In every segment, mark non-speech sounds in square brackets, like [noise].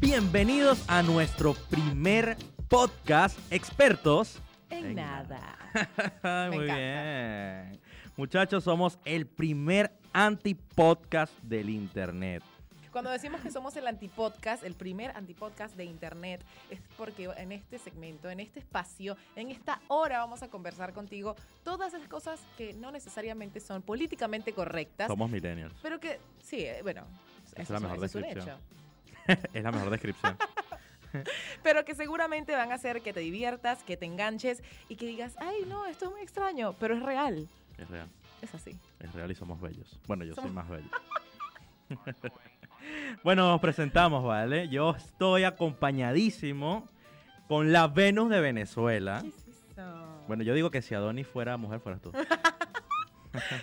bienvenidos a nuestro primer podcast, expertos. [laughs] En, nada. Me Muy encanta. bien. Muchachos, somos el primer anti-podcast del internet. Cuando decimos que somos el antipodcast, el primer antipodcast de internet, es porque en este segmento, en este espacio, en esta hora vamos a conversar contigo todas esas cosas que no necesariamente son políticamente correctas, Somos millennials. pero que sí, eh, bueno, la eso es- mejor eso es un descripción. hecho. Pues- es la mejor descripción. [laughs] Pero que seguramente van a hacer que te diviertas, que te enganches y que digas, ay, no, esto es muy extraño, pero es real. es real. Es así. Es real y somos bellos. Bueno, yo soy Somos- más bello. [laughs] bueno, nos presentamos, ¿vale? Yo estoy acompañadísimo con la Venus de Venezuela. ¿Qué es eso? Ah. Bueno, yo digo que si Adonis fuera mujer, fueras tú.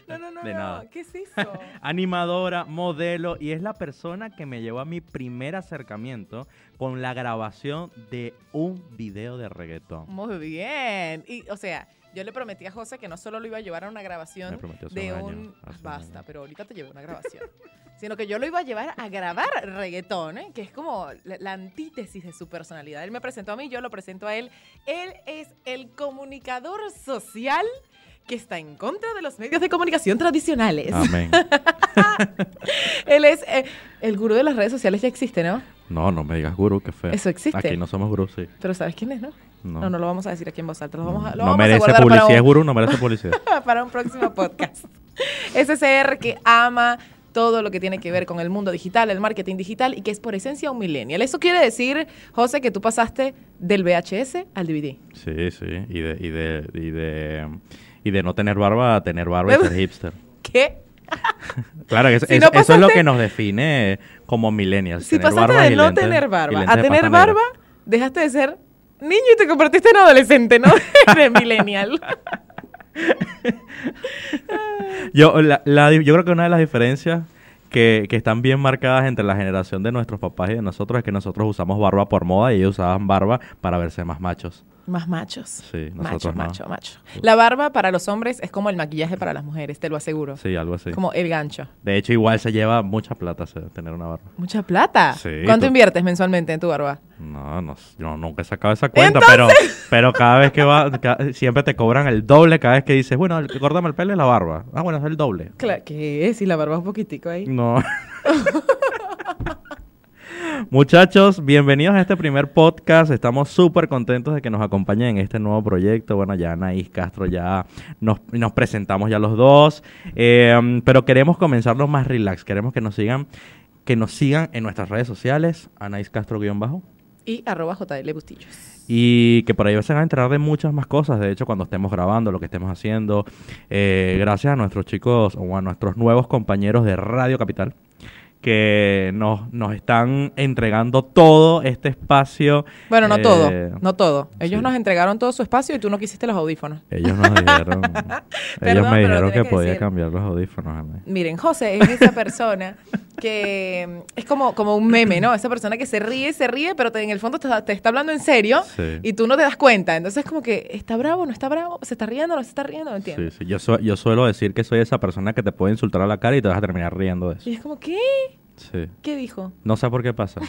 no, no, no, de no. nada. ¿Qué [laughs] es eso? Animadora, modelo y es la persona que me llevó a mi primer acercamiento con la grabación de un video de reggaetón. Muy bien. Y, o sea, yo le prometí a José que no solo lo iba a llevar a una Me grabación prometió hace de un año, un... hace un Basta, año. pero ahorita te llevé una grabación. [laughs] sino que yo lo iba a llevar a grabar reggaetón, ¿eh? que es como la, la antítesis de su personalidad. Él me presentó a mí, yo lo presento a él. Él es el comunicador social que está en contra de los medios de comunicación tradicionales. Amén. [laughs] Él es eh, el gurú de las redes sociales, ya existe, ¿no? No, no me digas gurú, que feo. Eso existe. Aquí no somos gurú, sí. Pero sabes quién es, ¿no? No, No, no lo vamos a decir aquí en voz alta. Lo vamos a, lo No vamos a merece guardar para publicidad, un- es gurú, no merece publicidad. [laughs] [laughs] para un próximo podcast. Ese ser que ama todo lo que tiene que ver con el mundo digital, el marketing digital y que es por esencia un millennial. Eso quiere decir, José, que tú pasaste del VHS al DVD. Sí, sí. Y de, y de, y de, y de no tener barba a tener barba y [laughs] ser hipster. ¿Qué? Claro que eso, Si es- no eso es lo pasaste- que nos define como millennials. Si Pues tener pasaste barba de y no lentes- tener y barba lentes a de tener pata negra. barba, dejaste de ser niño y te convertiste en adolescente, [laughs] ¿no? De millennial. Yo, la- la di- yo creo que una de las diferencias que, que están bien marcadas entre la generación de nuestros papás y de nosotros es que nosotros usamos barba por moda y ellos usaban barba para verse más machos. Más machos. Sí, macho, nosotros no. macho, macho. La barba para los hombres es como el maquillaje para las mujeres, te lo aseguro. Sí, algo así. Como el gancho. De hecho, igual se lleva mucha plata hacer- tener una barba. Mucha plata. Sí, ¿Cuánto tú- inviertes mensualmente en tu barba? No, no, s- yo nunca he sacado esa cuenta, pero pero cada vez que va, ca- siempre te cobran el doble cada vez que dices, bueno, el- córtame el pelo y la barba. Ah, bueno, es el doble. Claro, que es, y la barba es un poquitico ahí. No. [laughs] Muchachos, bienvenidos a este primer podcast. Estamos súper contentos de que nos acompañen en este nuevo proyecto. Bueno, ya Anaís Castro ya nos, nos presentamos ya los dos. Eh, pero queremos comenzarlo más relax. Queremos que nos sigan, que nos sigan en nuestras redes sociales, Anaís Castro guión bajo. Y arroba JL Bustillos. Y que por ahí se van a enterar de muchas más cosas, de hecho, cuando estemos grabando, lo que estemos haciendo. Eh, gracias a nuestros chicos o a nuestros nuevos compañeros de Radio Capital que nos, nos están entregando todo este espacio. Bueno, no Eh, todo, no todo. Ellos sí. nos entregaron todo su espacio y tú no quisiste los audífonos. Ellos nos [laughs] dijeron, ellos me Perdón, pero lo dijeron tenía que, que podía decir. cambiar los audífonos. Ana. Miren, José es [laughs] esa persona que mm, es como, como un meme, ¿no? Esa persona que se ríe, se ríe, pero te- en el fondo te, te está hablando en serio Sí. y tú no te das cuenta. Entonces, como que, ¿está bravo? ¿No está bravo? ¿Se está riendo? ¿No se está riendo? No entiendo. Sí, sí. Yo, su- yo suelo decir que soy esa persona que te puede insultar a la cara y te vas a terminar riendo de eso. Y es como, ¿qué? Sí. ¿Qué dijo? No sé por qué pasa.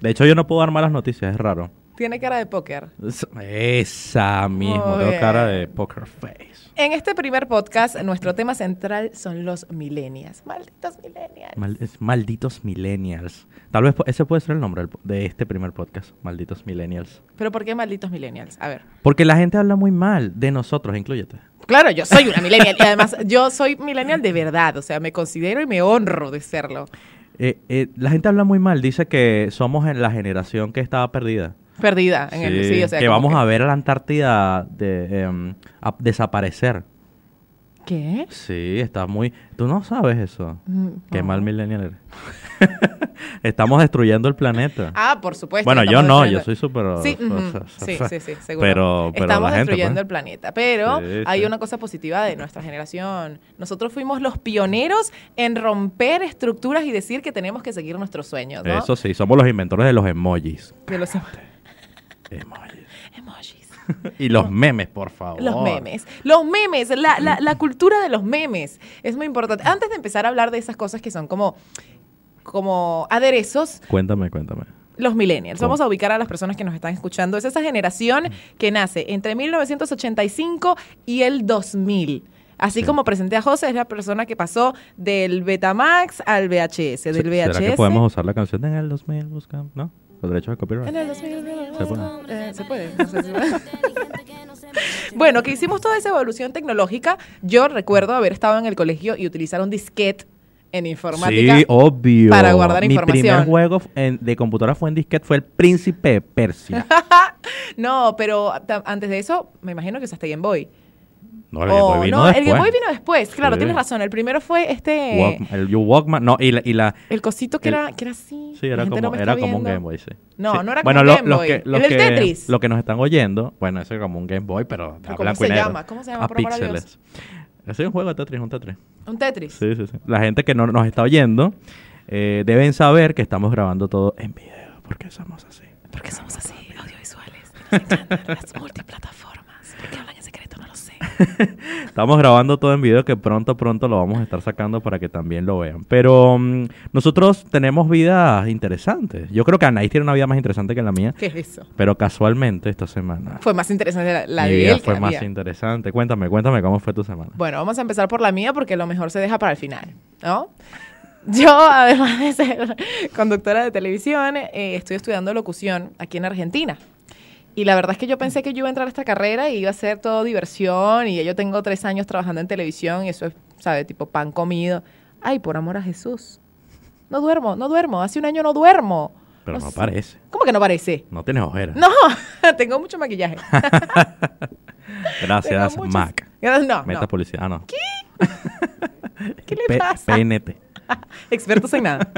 De hecho, yo no puedo dar malas noticias, es raro. Tiene cara de póker. Es- Esa mismo, Muy tengo cara bien. de poker face. En este primer podcast, nuestro tema central son los millennials. Malditos millennials. Mal- es malditos millennials. Tal vez po- ese puede ser el nombre del po- de este primer podcast, malditos millennials. ¿Pero por qué malditos millennials? A ver. Porque la gente habla muy mal de nosotros, incluyete. Claro, yo soy una millennial y [laughs] además yo soy millennial de verdad, o sea, me considero y me honro de serlo. Eh, eh, la gente habla muy mal, dice que somos en la generación que estaba perdida. Perdida en el sí, o sea, que como vamos a ver a la Antártida de, em, a- desaparecer. ¿Qué? Sí, está muy... Tú no sabes eso. Mm, Qué no. mal millennial eres. [laughs] Estamos destruyendo el planeta. Ah, por supuesto. Bueno, yo estamos no, destruyendo- yo soy súper... Sí, ujú, sí, sí, sí, seguro. Pero, pero Estamos la gente, destruyendo pues. el planeta, pero Sí, hay sí. una cosa positiva de nuestra generación. Nosotros fuimos los pioneros en romper estructuras y decir que tenemos que seguir nuestros sueños, ¿no? Eso sí, somos los inventores de los emojis. De los em- Emojis. [laughs] emojis. Y los memes, por favor. Los memes. Los memes, la, la- la cultura de los memes es muy importante. Antes de empezar a hablar de esas cosas que son como, como aderezos, Cuéntame, cuéntame. los millennials. ¿Cómo? Vamos a ubicar a las personas que nos están escuchando. Es esa generación que nace entre 1985 y el 2000. Así Sí. como presenté a José, es la persona que pasó del Betamax al VHS, Se- del VHS. ¿Será que podemos usar la canción de En el 2000 buscando? ¿No? Los derechos de En copyright. el 2000. Se puede. Eh, se puede, no sé si va. Bueno, que hicimos toda esa evolución tecnológica. Yo recuerdo haber estado en el colegio y utilizar un disquete en informática. Sí, obvio. para guardar Mi información. primer juego f- en- de computadora fue en disquete, fue el Príncipe de [laughs] Persia. No, pero ta- antes de eso, me imagino que usaste Game Boy. No, el Oh, Game Boy vino no, después. el Game Boy vino después. Claro, Sí. tienes razón. El primero fue este. Walkman- el You Walkman, no, y la, y la El cosito que, El- era, que era así. sí, la era gente no como, me está era como un viendo. Game Boy, sí. No, Sí. no era bueno, como un lo- Game los Boy. Que, los El del que, Tetris. Los que nos están oyendo, bueno, eso es como un Game Boy, pero a Pero ¿Cómo blanco y se negro, llama? ¿Cómo se llama? a Por amor a Dios. píxeles. Ese es un juego de Tetris, un Tetris. Un Tetris. Sí, sí, sí. La gente que no nos está oyendo eh, deben saber que estamos grabando todo en video, porque somos así. Porque somos así, audiovisuales. Nos encantan las multiplataformas. ¿Por qué hablan en secreto? No lo sé. Estamos grabando todo en video que pronto, pronto lo vamos a estar sacando para que también lo vean. Pero mm, nosotros tenemos vidas interesantes. Yo creo que Anaís tiene una vida más interesante que la mía, ¿Qué es eso? pero casualmente esta semana Fue más interesante la, la mi de vida él que fue la más mía. interesante. Cuéntame, cuéntame cómo fue tu semana. Bueno, vamos a empezar por la mía porque lo mejor se deja para el final, ¿no? Yo, además de ser conductora de televisión, eh, estoy estudiando locución aquí en Argentina. Y la verdad es que yo pensé que yo iba a entrar a esta carrera y iba a ser todo diversión. Y ya yo tengo tres años trabajando en televisión y eso es, ¿sabe? Tipo pan comido. Ay, por amor a Jesús. No duermo, no duermo. Hace un año no duermo. Pero no no sé. parece. ¿Cómo que no parece? No tienes ojeras. No, [laughs] tengo mucho [laughs] maquillaje. Gracias, Tengo muchos- Mac. No, no. Meta publicidad. Ah, no. ¿Qué? [laughs] ¿Qué le pasa? PNT. Expertos en [laughs] nada.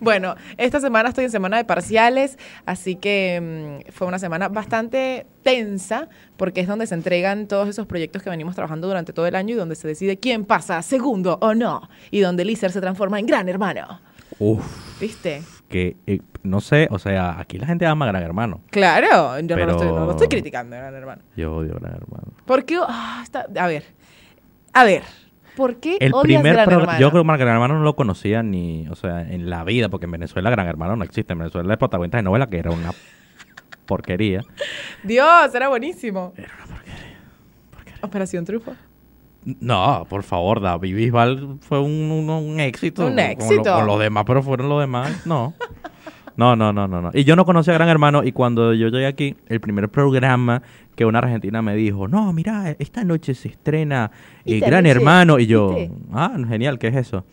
bueno, esta semana estoy en semana de parciales, así que mm, fue una semana bastante tensa porque es donde se entregan todos esos proyectos que venimos trabajando durante todo el año y donde se decide quién pasa a segundo o no y donde Lizer se transforma en gran hermano. Uf, ¿Viste? que eh, no sé, o sea, aquí la gente ama a Gran Hermano. Claro, yo no, lo estoy, no lo Pero- estoy criticando, gran hermano. Yo odio a Gran Hermano. Porque, ah, a ver, a ver, ¿por qué El odias primer gran programa, hermano? yo creo que Gran Hermano no lo conocía ni, o sea, en la vida, porque en Venezuela Gran Hermano no existe. En Venezuela es protagonista de novela que era una porquería. Dios, era buenísimo. Operación Trufo. No, por favor, David Bisbal fue un, un- un éxito. Un con lo- éxito. con los demás, pero fueron los demás. No. No, no, no, no, no. Y yo no conocía a Gran Hermano y cuando yo llegué aquí, el primer programa que una argentina me dijo, no, mira, esta noche se estrena eh, Esta Gran noche, Hermano. Y yo, ¿viste? ah, genial, ¿qué es eso?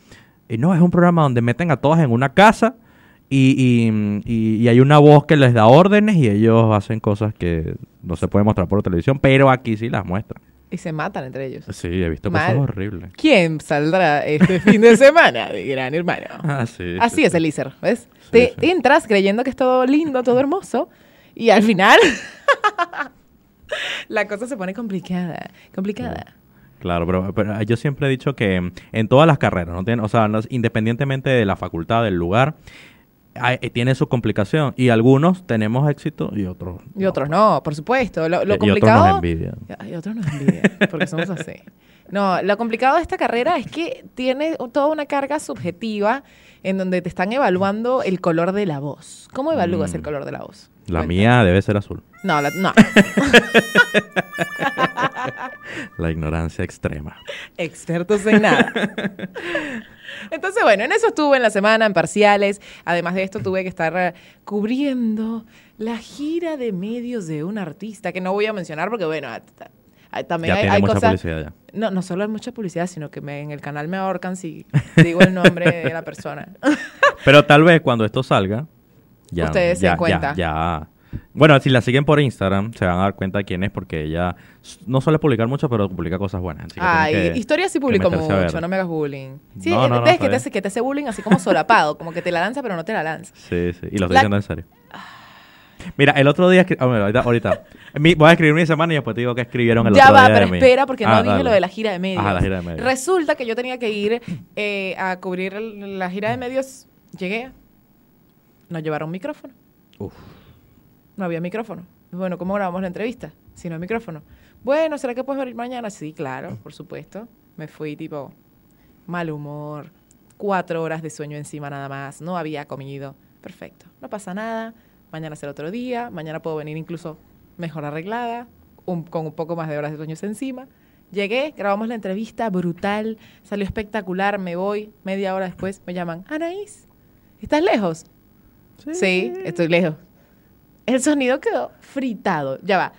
Y no, es un programa donde meten a todas en una casa y, y- y- y hay una voz que les da órdenes y ellos hacen cosas que no se pueden mostrar por televisión, pero aquí sí las muestran. Y se matan entre ellos. Sí, he visto Mal. cosas horribles. ¿Quién saldrá este [laughs] fin de semana de Gran Hermano? Ah, [laughs] sí, Así sí, es sí. el Iser, ¿ves? Sí, te, sí. te entras creyendo que es todo lindo, todo hermoso, y al final [laughs] la cosa se pone complicada, complicada. Claro, pero, pero ah, yo siempre he dicho que mm, en todas las carreras, ¿no? Tien- o sea, no es- independientemente de la facultad, del lugar, hay- eh, tiene su complicación. Y algunos tenemos éxito y otros. Y otros no, por supuesto. Lo, lo Y- y otros nos complicado... envidian. Y otros nos envidian, porque somos así. No, lo complicado de esta carrera es que tiene toda una carga subjetiva en donde te están evaluando el color de la voz. ¿Cómo evalúas Mm. el color de la voz? La Cuéntame. mía debe ser azul. No, la- no. La ignorancia extrema. expertos en nada. [laughs] Entonces, bueno, en eso estuve en la semana, en parciales. Además de esto, tuve que estar eh, cubriendo la gira de medios de un artista que no voy a mencionar porque, bueno, a- a- a- también ya hay, tiene hay mucha cosas. publicidad ya. No, no solo hay mucha publicidad, sino que me- en el canal me ahorcan si digo el nombre de la [laughs] persona. Pero tal vez cuando esto salga, ya. Ustedes se ya- den Ya, cuenta. ya. Bueno, si la siguen por Instagram, se van a dar cuenta de quién es, porque ella s- no suele publicar mucho, pero publica cosas buenas. Así que tienen Ay, que- historia sí que publico meterse a mucho, ver. no me hagas bullying. Sí, No, no, no, está ves que, te bien. hace, que te hace bullying así como solapado, como que te la lanza pero no te la lanza. Sí, sí. Y lo estoy La- diciendo en serio. Mira, el otro día... escri- ah, bueno, ahorita, ahorita. [laughs] Mi- voy a escribir mi semana y después te digo que escribieron el ya otro va, día de pero mí. espera, porque Ah, no dije dale. lo de la gira de medios. Ajá, la gira de medios. Resulta que yo tenía que ir eh, a cubrir el- la gira de medios. Llegué, nos llevaron micrófono. Uf. No había micrófono. Bueno, ¿cómo grabamos la entrevista? Si no hay micrófono. Bueno, ¿será que puedes venir mañana? Sí, claro, por supuesto. Me fui tipo mal humor, cuatro horas de sueño encima nada más, no había comido. perfecto, no pasa nada, mañana será otro día, mañana puedo venir incluso mejor arreglada, un- con un poco más de horas de sueños encima. Llegué, grabamos la entrevista, brutal, salió espectacular, me voy, media hora después me llaman, Anaís, ¿estás lejos? Sí, estoy lejos. El sonido quedó fritado, ya va.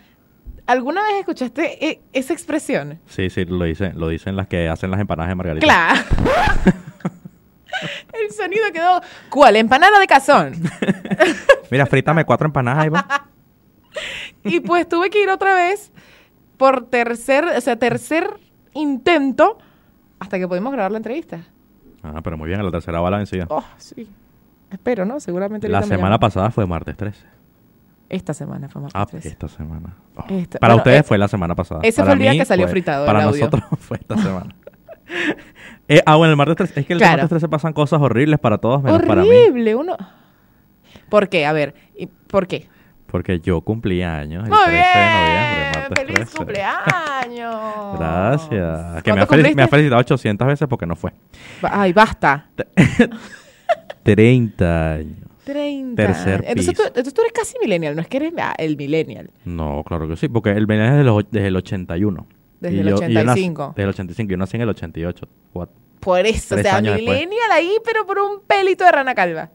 ¿Alguna vez escuchaste eh, esa expresión? Sí, sí, lo dicen, lo dicen las que hacen las empanadas de margarita. Claro. [laughs] El sonido quedó. ¿Cuál? Empanada de cazón. Mira, frítame cuatro empanadas ahí va. [laughs] Y pues tuve que ir otra vez por tercer, o sea, tercer intento hasta que pudimos grabar la entrevista. Ah, pero muy bien, a la tercera bala vencida. Oh, sí. Espero, ¿no? Seguramente. La ahorita me semana llaman. pasada fue martes 13. Esta semana fue martes Ah, 13. esta semana. Oh. Esta- para bueno, ustedes ese- fue la semana pasada. ese Para fue el día mí que salió fue- fritado el Para audio. nosotros [laughs] fue esta [laughs] semana. Eh, ah, bueno, el martes 13. Es que el Claro. martes 13 pasan cosas horribles para todos, menos para mí. Horrible, uno. ¿Por qué? A ver, ¿y ¿por qué? Porque yo cumplí años el Muy 13 bien. de noviembre, martes Feliz 13. [laughs] cumpleaños. Gracias. Que me ha, felici- me ha ¿Cuánto cumpliste? felicitado 800 veces porque no fue. Ba- Ay, basta. 30 años. 30. Tercer entonces, tú, piso. entonces tú eres casi millennial, no es que eres la- el millennial. No, claro que sí, porque el venía desde, los, desde el 81. Desde Y el yo- y yo nací- 85. desde el 85, yo nací en el 88. What? Por eso, o Tres sea, años después. millennial ahí, pero por un pelito de rana calva.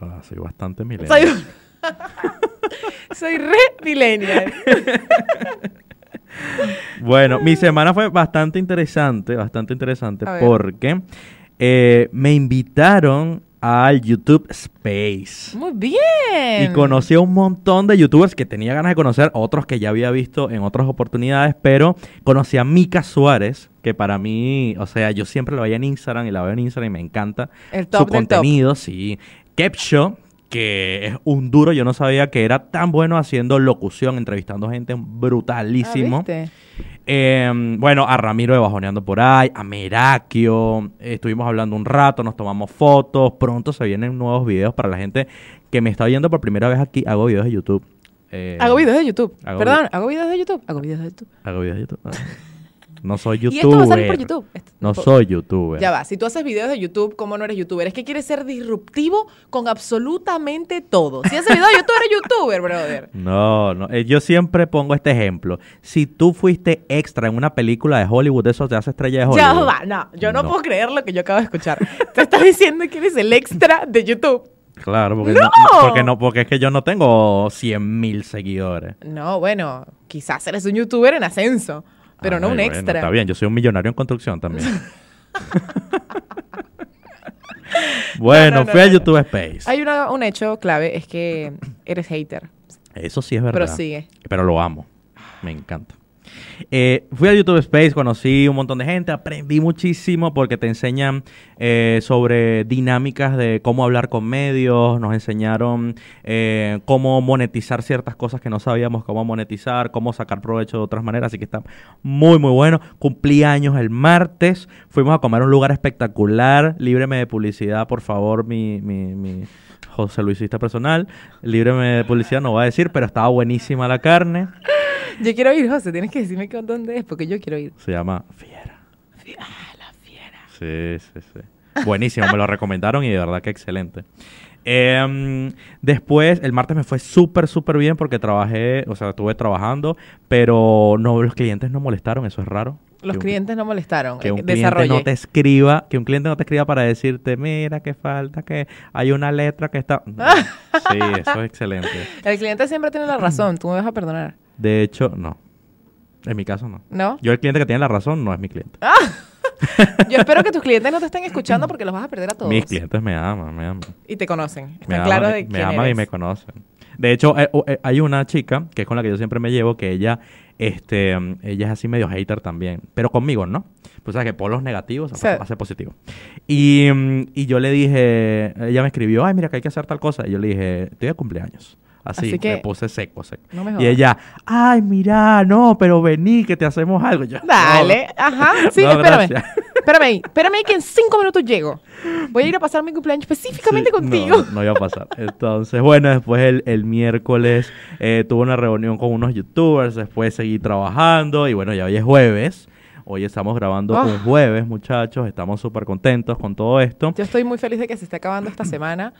Ah, soy bastante Soy, milenial. [laughs] soy re millennial. [laughs] Bueno, mi semana fue bastante interesante, bastante interesante, A ver. porque eh, me invitaron al YouTube Space. Muy bien. Y conocí a un montón de youtubers que tenía ganas de conocer, otros que ya había visto en otras oportunidades, pero conocí a Mika Suárez, que para mí, o sea, yo siempre la veía en Instagram y la veo en Instagram y me encanta el su top del top. contenido, sí. Kepcho, que es un duro, yo no sabía que era tan bueno haciendo locución, entrevistando gente Ah, brutalísimo. ¿viste? Eh, bueno, a Ramiro de Bajoneando por ahí, a Merakio, eh, estuvimos hablando un rato, nos tomamos fotos, pronto se vienen nuevos videos para la gente que me está viendo por primera vez aquí, hago videos de YouTube. Eh, Hago videos de YouTube. hago Perdón, hago videos de YouTube. Hago videos de YouTube. Hago videos de YouTube. [laughs] Ah. No soy Y youtuber. esto va a salir por YouTube. Esto- No por- soy youtuber. Ya va, si tú haces videos de YouTube, ¿cómo no eres youtuber? Es que quieres ser disruptivo con absolutamente todo. Si haces videos de YouTube, eres youtuber, brother. No, no. eh, yo siempre pongo este ejemplo. Si tú fuiste extra en una película de Hollywood, eso te hace estrella de Hollywood. Ya va, no, yo no, No. puedo creer lo que yo acabo de escuchar. Te estás diciendo que eres el extra de YouTube. Claro, porque ¡No! no. porque no, porque es que yo no tengo 100 mil seguidores. No, bueno, quizás eres un youtuber en ascenso, pero no Ay, un Ah, eh, bueno, extra. está bien, yo soy un millonario en construcción también. [laughs] bueno, No, no, no, fui a no, no. YouTube Space. Hay una- un hecho clave, es que eres hater. Eso sí es verdad. Prosigue. Pero lo amo. Me encanta. Eh, fui a YouTube Space, conocí un montón de gente, aprendí muchísimo porque te enseñan eh, sobre dinámicas de cómo hablar con medios, nos enseñaron eh, cómo monetizar ciertas cosas que no sabíamos cómo monetizar, cómo sacar provecho de otras maneras, así que está muy muy bueno. Cumplí años el martes, fuimos a comer a un lugar espectacular, líbreme de publicidad, por favor, mi, mi, mi José Luisista personal, líbreme de publicidad, no va a decir, pero estaba buenísima la carne. Yo quiero ir, José, tienes que decirme con dónde es, porque yo quiero ir. Se llama Fiera. Ah, la fiera. Sí, sí, sí. Buenísimo, me lo recomendaron y de verdad que excelente. Em, después, el martes me fue súper, súper bien porque trabajé, o sea, estuve trabajando, pero no los clientes no molestaron, eso es raro. Los Que un- clientes no molestaron. que un eh, cliente desarrollé. no te escriba, que un cliente no te escriba para decirte, mira, que falta, que hay una letra que está... [laughs] No, sí, eso es excelente. El cliente siempre tiene la razón, tú me vas a perdonar, De hecho, no. En mi caso, no. ¿no? Yo el cliente que tiene la razón no es mi cliente. Ah, Yo espero que tus clientes no te estén escuchando porque los vas a perder a todos. Mis clientes me aman, me aman. Y te conocen. Están me aman, claros de me quién aman y eres. me conocen. De hecho, eh, o- eh, hay una chica que es con la que yo siempre me llevo, que ella, este, mm, ella es así medio hater también, pero conmigo, ¿no? Pues sabes que polos negativos hace, Sí. hace positivo. Y, mm, y yo le dije, ella me escribió, ay, mira que hay que hacer tal cosa. Y yo le dije, estoy de cumpleaños. Así, Así que- me puse seco, seco. No me y jodas. ella, ay, mira, no, pero vení que te hacemos algo. Yo, "No, Dale, [laughs] ajá, sí, No, espérame. gracias. Espérame ahí, espérame ahí que en cinco minutos llego. Voy a ir a pasar mi cumpleaños específicamente Sí, contigo. No, no iba a pasar. Entonces, bueno, después el, el miércoles eh, tuve una reunión con unos youtubers, después seguí trabajando y bueno, ya hoy es jueves. Hoy estamos grabando Ah. un jueves, muchachos. Estamos súper contentos con todo esto. Yo estoy muy feliz de que se esté acabando esta semana.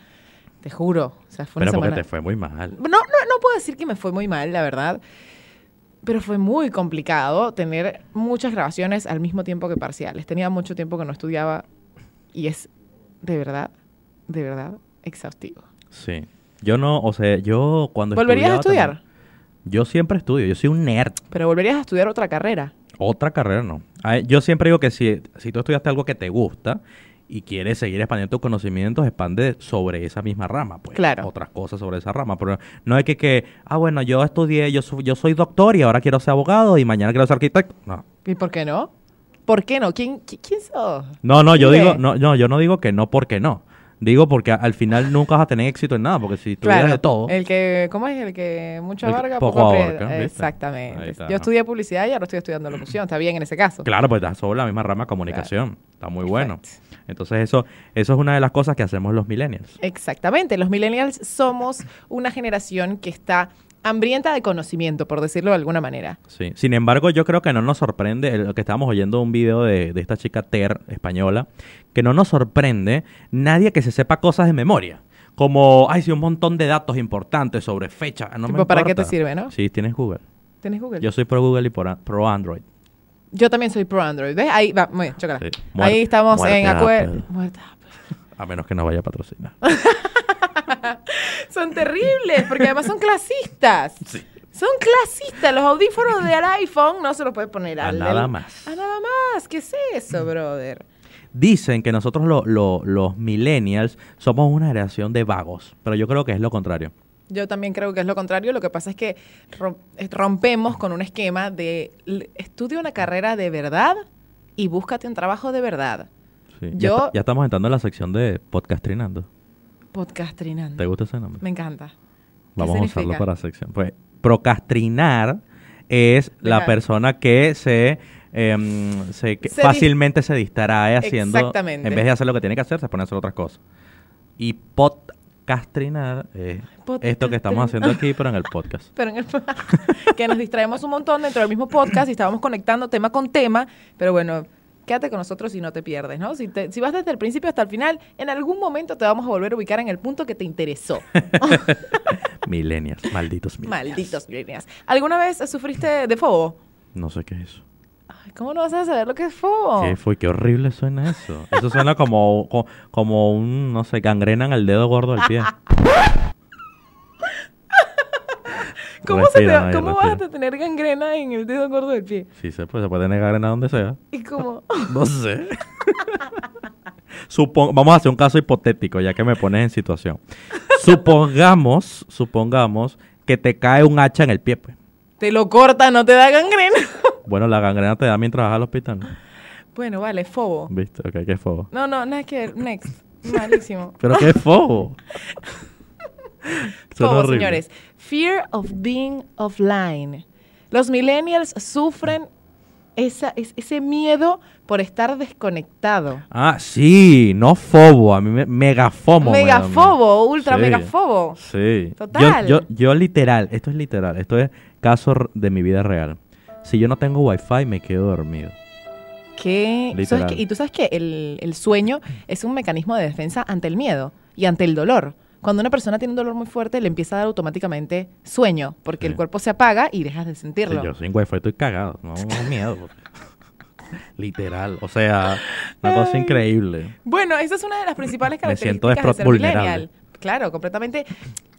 Te juro. O sea, fue una Pero porque semana- te fue muy mal. No, no, no puedo decir que me fue muy mal, la verdad. Pero fue muy complicado tener muchas grabaciones al mismo tiempo que parciales. Tenía mucho tiempo que no estudiaba y es de verdad, de verdad exhaustivo. Sí. Yo no, o sea, yo cuando ¿Volverías a estudiaba estudiar? también- yo siempre estudio, yo soy un nerd. Pero volverías a estudiar otra carrera. Otra carrera no. Ay, Yo siempre digo que si, si tú estudiaste algo que te gusta y quieres seguir expandiendo tus conocimientos, expande sobre esa misma rama, pues. Claro. Otras cosas sobre esa rama. Pero no es que, que ah, bueno, yo estudié, yo, su- yo soy doctor y ahora quiero ser abogado y mañana quiero ser arquitecto. No. ¿Y por qué no? ¿Por qué no? ¿Quién, qui- quién sos? No, no, yo Mire. digo, no, no, yo no digo que no porque no. Digo porque a- al final nunca vas a tener éxito en nada, porque si tuvieras de todo. El que, ¿cómo es? El que mucho El que abarca, poco poco, abarca, aprieta. ¿viste? Ahí Exactamente. está, Yo ¿no? estudié publicidad y ahora estoy estudiando locución. Está bien en ese caso. Claro, pues estás sobre la misma rama de comunicación. Está muy bueno. Entonces eso, eso es una de las cosas que hacemos los millennials. Exactamente, los millennials somos una generación que está hambrienta de conocimiento, por decirlo de alguna manera. Sí. Sin embargo, yo creo que no nos sorprende, el- lo que estábamos oyendo un video de, de esta chica Ter, española, que no nos sorprende nadie que se sepa cosas de memoria. Como, ay, sí, un montón de datos importantes sobre fecha. No me Tipo, ¿para qué te importa. sirve, no? Sí, tienes Google. ¿Tenés Google? Yo Yo, soy pro Google y por a- pro Android. también soy pro Android, ¿ves? Ahí va, muy bien, chócala. Sí. Muerte- Ahí estamos muerte en a acuerdo. Apple. A menos que nos vaya a patrocinar. Son terribles, porque además son [laughs] clasistas. Son clasistas, los audífonos del iPhone no se los puedes poner A al- nada al- más. A nada más, ¿qué es eso, brother? Dicen que nosotros lo- lo- los millennials somos una generación de vagos, pero yo creo que es lo contrario. Yo también creo que es lo contrario. Lo que pasa es que rom- eh, rompemos con un esquema de l- estudia una carrera de verdad y búscate un trabajo de verdad. Sí. Ya, Yo- esta- ya estamos entrando en la sección de podcastrinando. ¿Te Podcastrinando. gusta ese nombre? Me encanta. Vamos a usarlo significa? para sección. Pues procrastinar es la Dejar. persona que se, em, se- que Se dis- fácilmente se distrae haciendo Exactamente. en vez de hacer lo que tiene que hacer, se pone a hacer otras cosas. Y podcastrinar es esto que estamos haciendo aquí, pero en el podcast. Pero en el [laughs] que nos distraemos un montón dentro del mismo podcast y estábamos conectando tema con tema. Pero bueno, quédate con nosotros y no te pierdes, ¿no? Si, te- si vas desde el principio hasta el final, en algún momento te vamos a volver a ubicar en el punto que te [laughs] interesó. millennials, malditos millennials. Malditos líneas. ¿Alguna vez sufriste de fobo? No sé qué es eso. Ay, ¿Cómo no vas a saber lo que es fobo? ¿Qué fue? Qué horrible suena eso. Eso suena como, co- como un, no sé, gangrena en el dedo gordo del pie. [laughs] ¿Cómo, se te- Respira, Nadia, cómo vas respira. a tener gangrena en el dedo gordo del pie? Sí, se puede, se puede tener gangrena donde [laughs] sea. [laughs] Y como, No sé. Supon- Vamos a hacer un caso hipotético, ya que me pones en situación. Supongamos, supongamos que te cae un hacha en el pie. pues. te lo corta, no te [laughs] da gangrena. Bueno, la gangrena te da mientras vas al hospital. ¿no? bueno, vale, fobo. ¿Viste? Ok, qué fobo. No, no, nada que ver. Next. Malísimo. Pero qué [laughs] fobo. [laughs] Suena Fobo, horrible. señores. Fear of being offline. Los millennials sufren esa, es- ese miedo por estar desconectado. Ah, sí, no fobo, a mí me, megafomo. me da a mí. megafobo, ultra Sí. megafobo. Sí. Total. Yo, yo, yo literal, esto es literal, esto es caso r- de mi vida real. Si yo no tengo wifi, me quedo dormido. ¿Qué? ¿Sabes Literal. qué? Y tú sabes que el, el sueño es un mecanismo de defensa ante el miedo y ante el dolor. Cuando una persona tiene un dolor muy fuerte, le empieza a dar automáticamente sueño, porque Sí. el cuerpo se apaga y dejas de Si sentirlo. yo sin wifi estoy cagado, no, no miedo. [laughs] literal, o sea, una cosa Ay. increíble. Bueno, esa es una de las principales Me siento características de despro- ser vulnerable. millennial. Claro, completamente.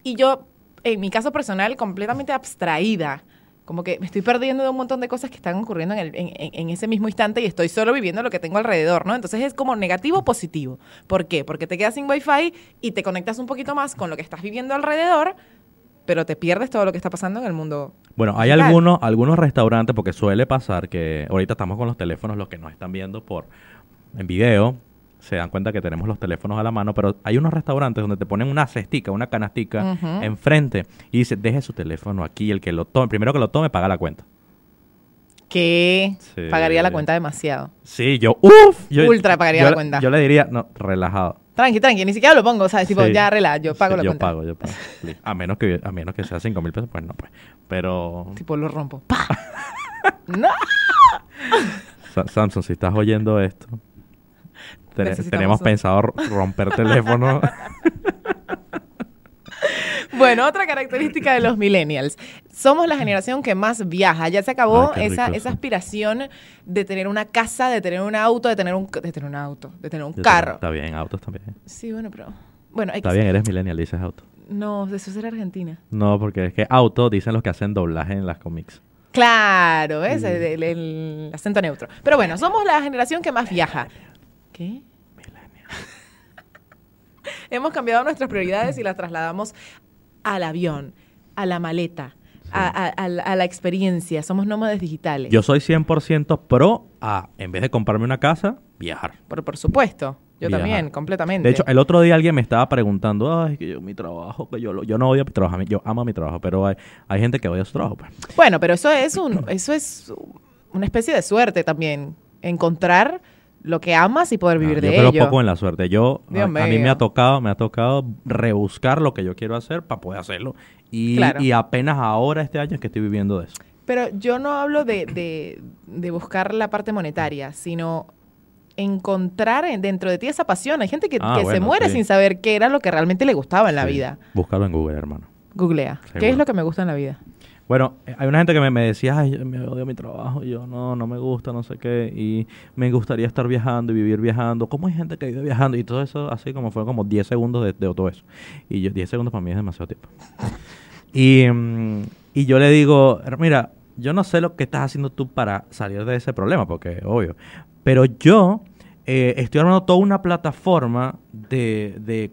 Y yo, en mi caso personal, completamente abstraída. Como que me estoy perdiendo de un montón de cosas que están ocurriendo en, el- en- en- en ese mismo instante y estoy solo viviendo lo que tengo alrededor, ¿no? Entonces es como negativo o positivo. ¿Por qué? Porque te quedas sin wifi y te conectas un poquito más con lo que estás viviendo alrededor, pero te pierdes todo lo que está pasando en el mundo. Bueno, hay Total. algunos, algunos restaurantes, porque suele pasar que ahorita estamos con los teléfonos, los que nos están viendo por en video, se dan cuenta que tenemos los teléfonos a la mano, pero hay unos restaurantes donde te ponen una cestica, una canastica Ujú. enfrente y dice, deje su teléfono aquí, el que lo tome, primero que lo tome paga la cuenta. Que Sí. pagaría la cuenta demasiado. Sí, yo, uff, yo, Ultra pagaría yo la le- cuenta. Yo le diría, no, relajado. Tranqui, tranqui, ni siquiera lo pongo, ¿sabes? Tipo, Sí. ya, relax, yo pago Sí, la yo cuenta. pago, yo [laughs] pago. Listo. A menos que, a menos que sea cinco mil pesos, pues no, pues. Pero Tipo, lo rompo. ¡Pa! ¡No! Sa- Samsung, si estás oyendo esto, te- Necesitamos tenemos un- [laughs] pensado r- romper teléfono. Bueno, otra característica de los millennials. Somos la generación que más viaja. Ya se acabó Ay, qué esa, rico eso. esa aspiración de tener una casa, de tener un auto, de tener un, ca- de tener un auto, de tener un Yo carro. también- Está bien, autos también. Sí, bueno, pero... Bueno, Está X. bien, eres millennial, dices auto. No, de eso será Argentina. No, porque es que auto dicen los que hacen doblaje en las cómics. Claro, ¿ves? El, el- el acento neutro. Pero bueno, somos la generación que más viaja. ¿Qué? [laughs] Hemos cambiado nuestras prioridades y las trasladamos al avión, a la maleta, a, a- a la- a la experiencia. Somos nómades digitales. Yo soy 100% pro a, en vez de comprarme una casa, viajar. Por, por supuesto. Yo Viajar. también, completamente. De hecho, eh, el otro día alguien me estaba preguntando, ay, que yo mi trabajo, que yo, lo- yo no odio mi trabajo, a mí- yo amo mi trabajo, pero hay, hay gente que odia su trabajo. pues. Bueno, pero eso es un, eso es una especie de suerte también. Encontrar lo que amas y poder vivir Ah, de yo creo ello. poco en la suerte. Yo, a, Dios a mí me mío. ha tocado, me ha tocado rebuscar lo que yo quiero hacer para poder hacerlo. Y, Claro. y apenas ahora este año es que estoy viviendo de eso. Pero yo no hablo de, de- de buscar la parte monetaria, sino encontrar en- dentro de ti esa pasión. Hay gente que, Ah, que se bueno, muere sí. sin saber qué era lo que realmente le gustaba en la Sí. vida. Búscalo en Google, hermano. Googlea. Seguro. ¿Qué es lo que me gusta en la vida? Bueno, eh, hay una gente que me, me decía, ay, yo me odio mi trabajo, y yo no, no me gusta, no sé qué, y me gustaría estar viajando y vivir viajando. ¿Cómo hay gente que vive viajando? Y todo eso, así como fue como 10 segundos de, de todo eso. Y yo, 10 segundos para mí es demasiado tiempo. Y, mm, y yo le digo, "Her- mira, yo no sé lo que estás haciendo tú para salir de ese problema, porque obvio, pero yo eh, estoy armando toda una plataforma de, de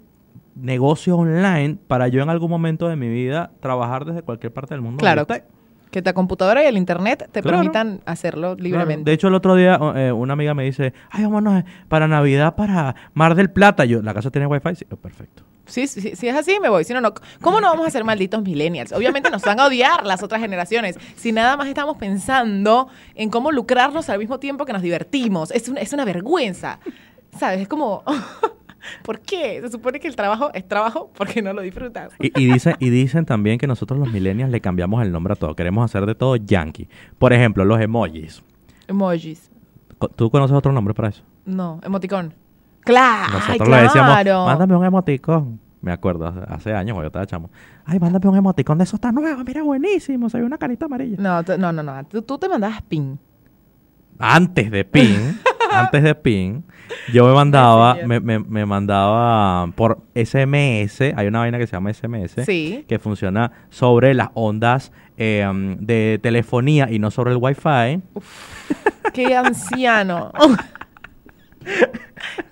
negocios online para yo en algún momento de mi vida trabajar desde cualquier parte del mundo. donde Claro. esté". Que la computadora y el internet te Claro. permitan hacerlo Claro. De libremente. hecho, el otro día o- eh, una amiga me dice, ay, vámonos eh, para Navidad, para Mar del Plata. Yo, ¿la casa tiene wifi? Sí, "Oh, perfecto. Sí, sí, sí, si es así, me voy. Si no, no. ¿Cómo no vamos a ser malditos millennials? Obviamente nos van a odiar las otras generaciones. Si nada más estamos pensando en cómo lucrarnos al mismo tiempo que nos divertimos. Es, un- es una vergüenza. ¿Sabes? Es como. [laughs] ¿Por qué? Se supone que el trabajo es trabajo porque no lo disfrutas. Y, y dicen, y dicen también que nosotros los millennials le cambiamos el nombre a todo. Queremos hacer de todo yankee. Por ejemplo, los emojis. Emojis. Co- ¿Tú conoces otro nombre para eso? No, emoticón. Claro. Nosotros ay, le decíamos, claro. mándame un emoticón. Me acuerdo, hace- hace años cuando yo estaba chamo. Ay, mándame un emoticón de esos tan nuevos. Mira, buenísimo. Se ve una carita amarilla. No, t- no, no, no. Tú, tú te mandabas pin. Antes de [laughs] PIN, antes de PIN, yo me mandaba, Messenger. me, me- me mandaba por SMS. Hay una vaina que se llama SMS. Sí. que funciona sobre las ondas eh, mm, de telefonía y no sobre el wifi. [laughs] Qué anciano.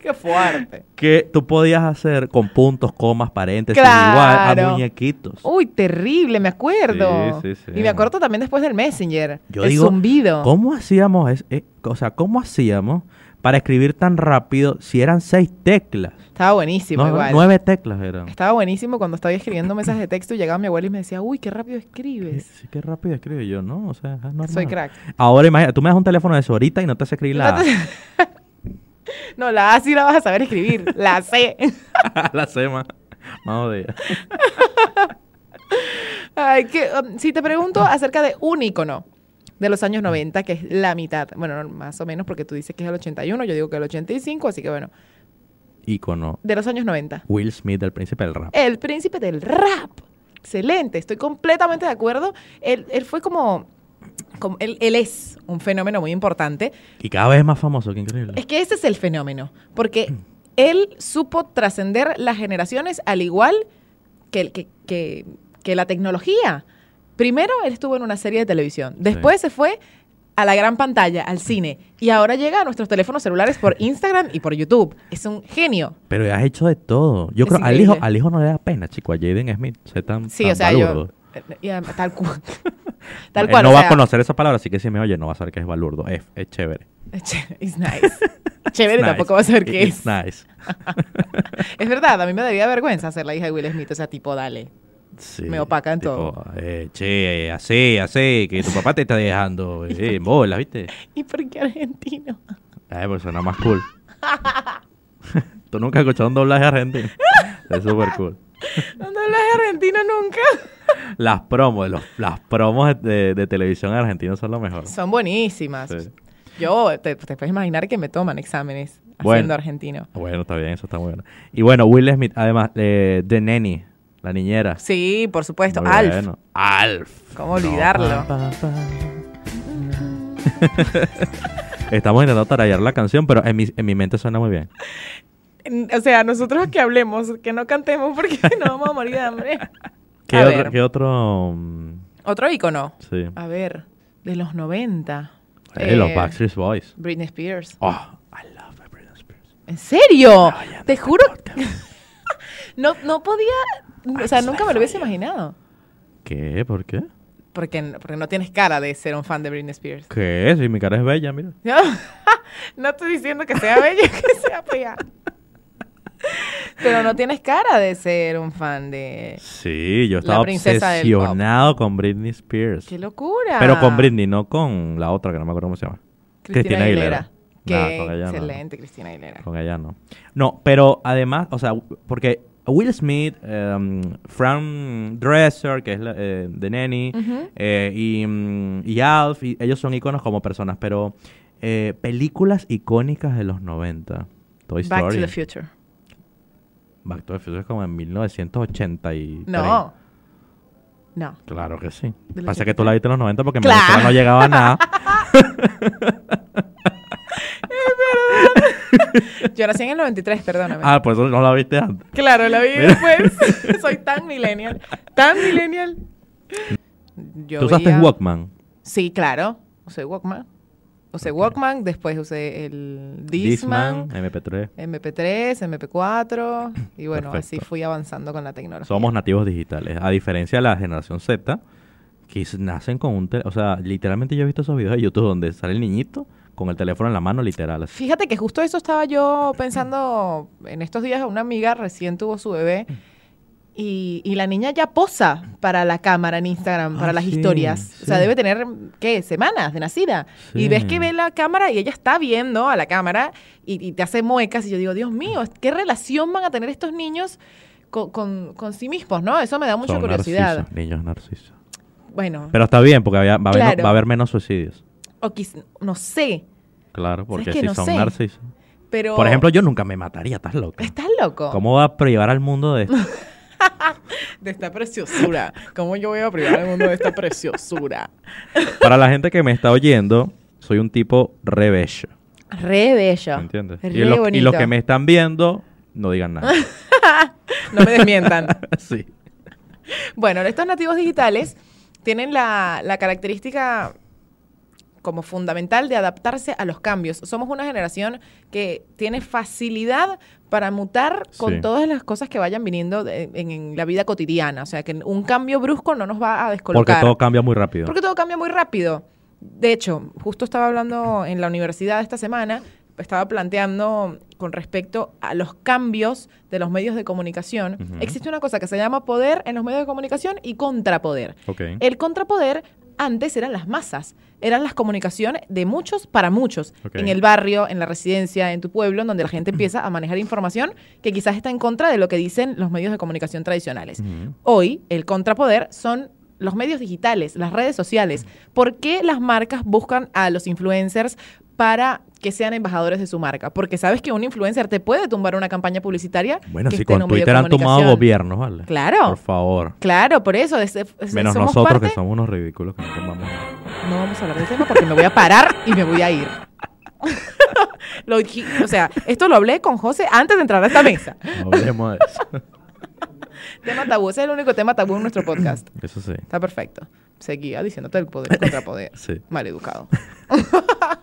Qué fuerte. Que tú podías hacer con puntos, comas, paréntesis, igual a Claro. Oh. muñequitos. Uy, terrible, me acuerdo. Sí, sí, sí. Y me acuerdo también después del Messenger. Yo el digo, zumbido. ¿Cómo hacíamos, es, eh, o sea, cómo hacíamos para escribir tan rápido si eran seis teclas? Estaba buenísimo No, pues igual. Nueve teclas eran. Estaba buenísimo cuando estaba escribiendo mensajes de texto y llegaba mi abuela y me decía, uy, qué rápido escribes. Eh, Sí, qué rápido escribe yo, ¿no? O sea, es normal. Soy crack. Ahora imagina, tú me das un teléfono de eso ahorita y no te hace escribir la [laughs] No, la A sí la vas a saber escribir. La [laughs] C. A. [laughs] la C más. Más jodida. Ay, que, um, si te pregunto acerca de un ícono de los años 90, que es la mitad, bueno, no, más o menos porque tú dices que es el 81, yo digo que el 85, así que bueno, Ícono. de los años 90. Will Smith, el príncipe del rap. El príncipe del rap. Excelente, estoy completamente de acuerdo. Él, él fue como, como- él, él es un fenómeno muy importante. Y cada vez es más famoso, qué increíble. Es que ese es el fenómeno, porque él supo trascender las generaciones al igual que, que- que- que la tecnología. Primero él estuvo en una serie de televisión, después se fue a la gran pantalla, al cine, y ahora llega a nuestros teléfonos celulares por Instagram y por YouTube. Es un genio. Pero has hecho de todo. Yo Es creo, al increíble. hijo, al hijo no le da pena, chico, a Jaden Smith ser tan, Sí, tan o sea, balurdo. yo... y además, tal cual. [laughs] Él tal cual. Eh, no o va a sea, conocer esa palabra, así que si me oye, no va a saber que es balurdo. Es, es chévere. Che- It's nice. [laughs] Chévere Nice. tampoco va a saber qué It's es. nice. Es verdad, a mí me daría vergüenza ser la hija de Will Smith. O sea, tipo, dale. Sí, Me opaca en tipo, todo. eh, che, así, así, que tu papá te está dejando [laughs] eh, en bolas, ¿viste? ¿Y por qué argentino? Ay, pues suena más cool. [laughs] Tú nunca has escuchado un doblaje [laughs] argentino. Es súper cool. No hablas argentino nunca. Las promos, los- las promos de, de- de televisión argentina son lo mejor. Son buenísimas. Sí. Yo, te, te puedes imaginar que me toman exámenes haciendo Bueno. argentino. Bueno, está bien, eso está muy bueno. Y bueno, Will Smith, además, eh, The Nanny. La niñera. Sí, por supuesto. Muy Alf. bueno. Alf. ¿Cómo olvidarlo? No, pa, [laughs] pa, pa. Estamos intentando tararear la canción, pero en mi, en mi mente suena muy bien. En- O sea, nosotros que hablemos, que no cantemos porque [laughs] no vamos a morir de hambre. ¿Qué A otro? ver. ¿Qué otro? mm, Otro ícono. Sí. A ver, de los 90. Eh, Los Eh, Backstreet Boys. Britney Spears. Oh, I love Britney Spears. ¿En serio? Oye, Oh, Te juro, podcast. no, no podía, o sea, nunca me lo hubiese imaginado. ¿Qué? ¿Por qué? Porque, n- porque no tienes cara de ser un fan de Britney Spears. ¿Qué? Si mi cara es bella, mira. No, [laughs] no estoy diciendo que sea bella, [laughs] que sea fea. Pero no tienes cara de ser un fan de... Sí, yo estaba Eh, princesa del pop. obsesionado con Britney Spears. ¡Qué locura! Pero con Britney, no con la otra que no me acuerdo cómo se llama. Cristina Aguilera. Qué Nah, con ella no. excelente Cristina Aguilera. Con ella no. No, pero además, o sea, porque Will Smith, em, Fran Dresser, que es la, eh, de Nanny, Ujú. eh, y, mm, y Alf, y ellos son iconos como personas, pero eh, películas icónicas de los 90. Toy Back Story. to the Future. Back to the Future es como en 1980 y No. No. Claro que sí. De los Pasa que tú la viste en los 90 porque en Claro. Venezuela no llegaba [laughs] nada. Yo nací en el 93, perdóname. Ah, pues no la viste antes. Claro, la vi Mira. después. [laughs] Soy tan millennial. Tan millennial. Yo ¿Tú usaste veía- Walkman? Sí, claro. Usé Walkman. Usé Ok. Walkman, después usé el Discman, MP3. MP3, MP4. Y bueno, así Perfecto. fui avanzando con la tecnología. Somos nativos digitales. A diferencia de la generación Z, que s- nacen con un... tel- O sea, literalmente yo he visto esos videos de YouTube donde sale el niñito con el teléfono en la mano, literal. así. Fíjate que justo eso estaba yo pensando en estos días. Una amiga recién tuvo su bebé y, y la niña ya posa para la cámara en Instagram, Ah, para las sí, historias. O sea, sí. debe tener, ¿qué? Semanas de nacida. Sí. Y ves que ve la cámara y ella está viendo a la cámara y, y te hace muecas. Y yo digo, Dios mío, ¿qué relación van a tener estos niños con, con- con sí mismos? ¿no? Eso me da mucha Son curiosidad. narcisos, niños narcisos. Bueno, Pero está bien, porque había- va, a haber, Claro. va a haber menos suicidios. o quiz- no sé, Claro, porque que si no son sé? narcisos. pero... Por ejemplo, yo nunca me mataría, estás loco. ¿Estás loco? ¿Cómo va a privar al mundo de esto? De esta preciosura. ¿Cómo yo voy a privar al mundo de esta preciosura? Para la gente que me está oyendo, soy un tipo re bello. Re bello. ¿Me entiendes? Re y, los, y bonito. los que me están viendo, no digan [laughs] nada. No me desmientan. sí. bueno, estos nativos digitales tienen la, la característica como fundamental de adaptarse a los cambios. Somos una generación que tiene facilidad para mutar con Sí. todas las cosas que vayan viniendo de- en, en la vida cotidiana. O sea, que un cambio brusco no nos va a descolocar. Porque todo cambia muy rápido. Porque todo cambia muy rápido. De hecho, justo estaba hablando en la universidad esta semana, estaba planteando con respecto a los cambios de los medios de comunicación. Ujú. Existe una cosa que se llama poder en los medios de comunicación y contrapoder. Ok. El contrapoder antes eran las masas, eran las comunicaciones de muchos para muchos, Ok. en el barrio, en la residencia, en tu pueblo, en donde la [clears throat] gente empieza a manejar información que quizás está en contra de lo que dicen los medios de comunicación tradicionales. Ujú. Hoy el contrapoder son los medios digitales, las redes sociales. ¿Por qué las marcas buscan a los influencers para que sean embajadores de su marca? Porque sabes que un influencer te puede tumbar una campaña publicitaria. Bueno, que si esté en con un medio de Twitter han tomado comunicación. gobiernos, ¿vale? Por Claro, favor. claro, por eso. es- es- Menos somos nosotros parte- que somos unos ridículos que no tomamos. No vamos a hablar del tema porque me voy a parar y me voy a ir. [laughs] Lo dij- o sea, esto lo hablé con José antes de entrar a esta mesa. No hablemos de [laughs] eso. Tema tabú, ese es el único tema tabú en nuestro podcast. Eso sí. Está perfecto. Seguía diciéndote el poder contra poder. Sí. mal educado. [laughs]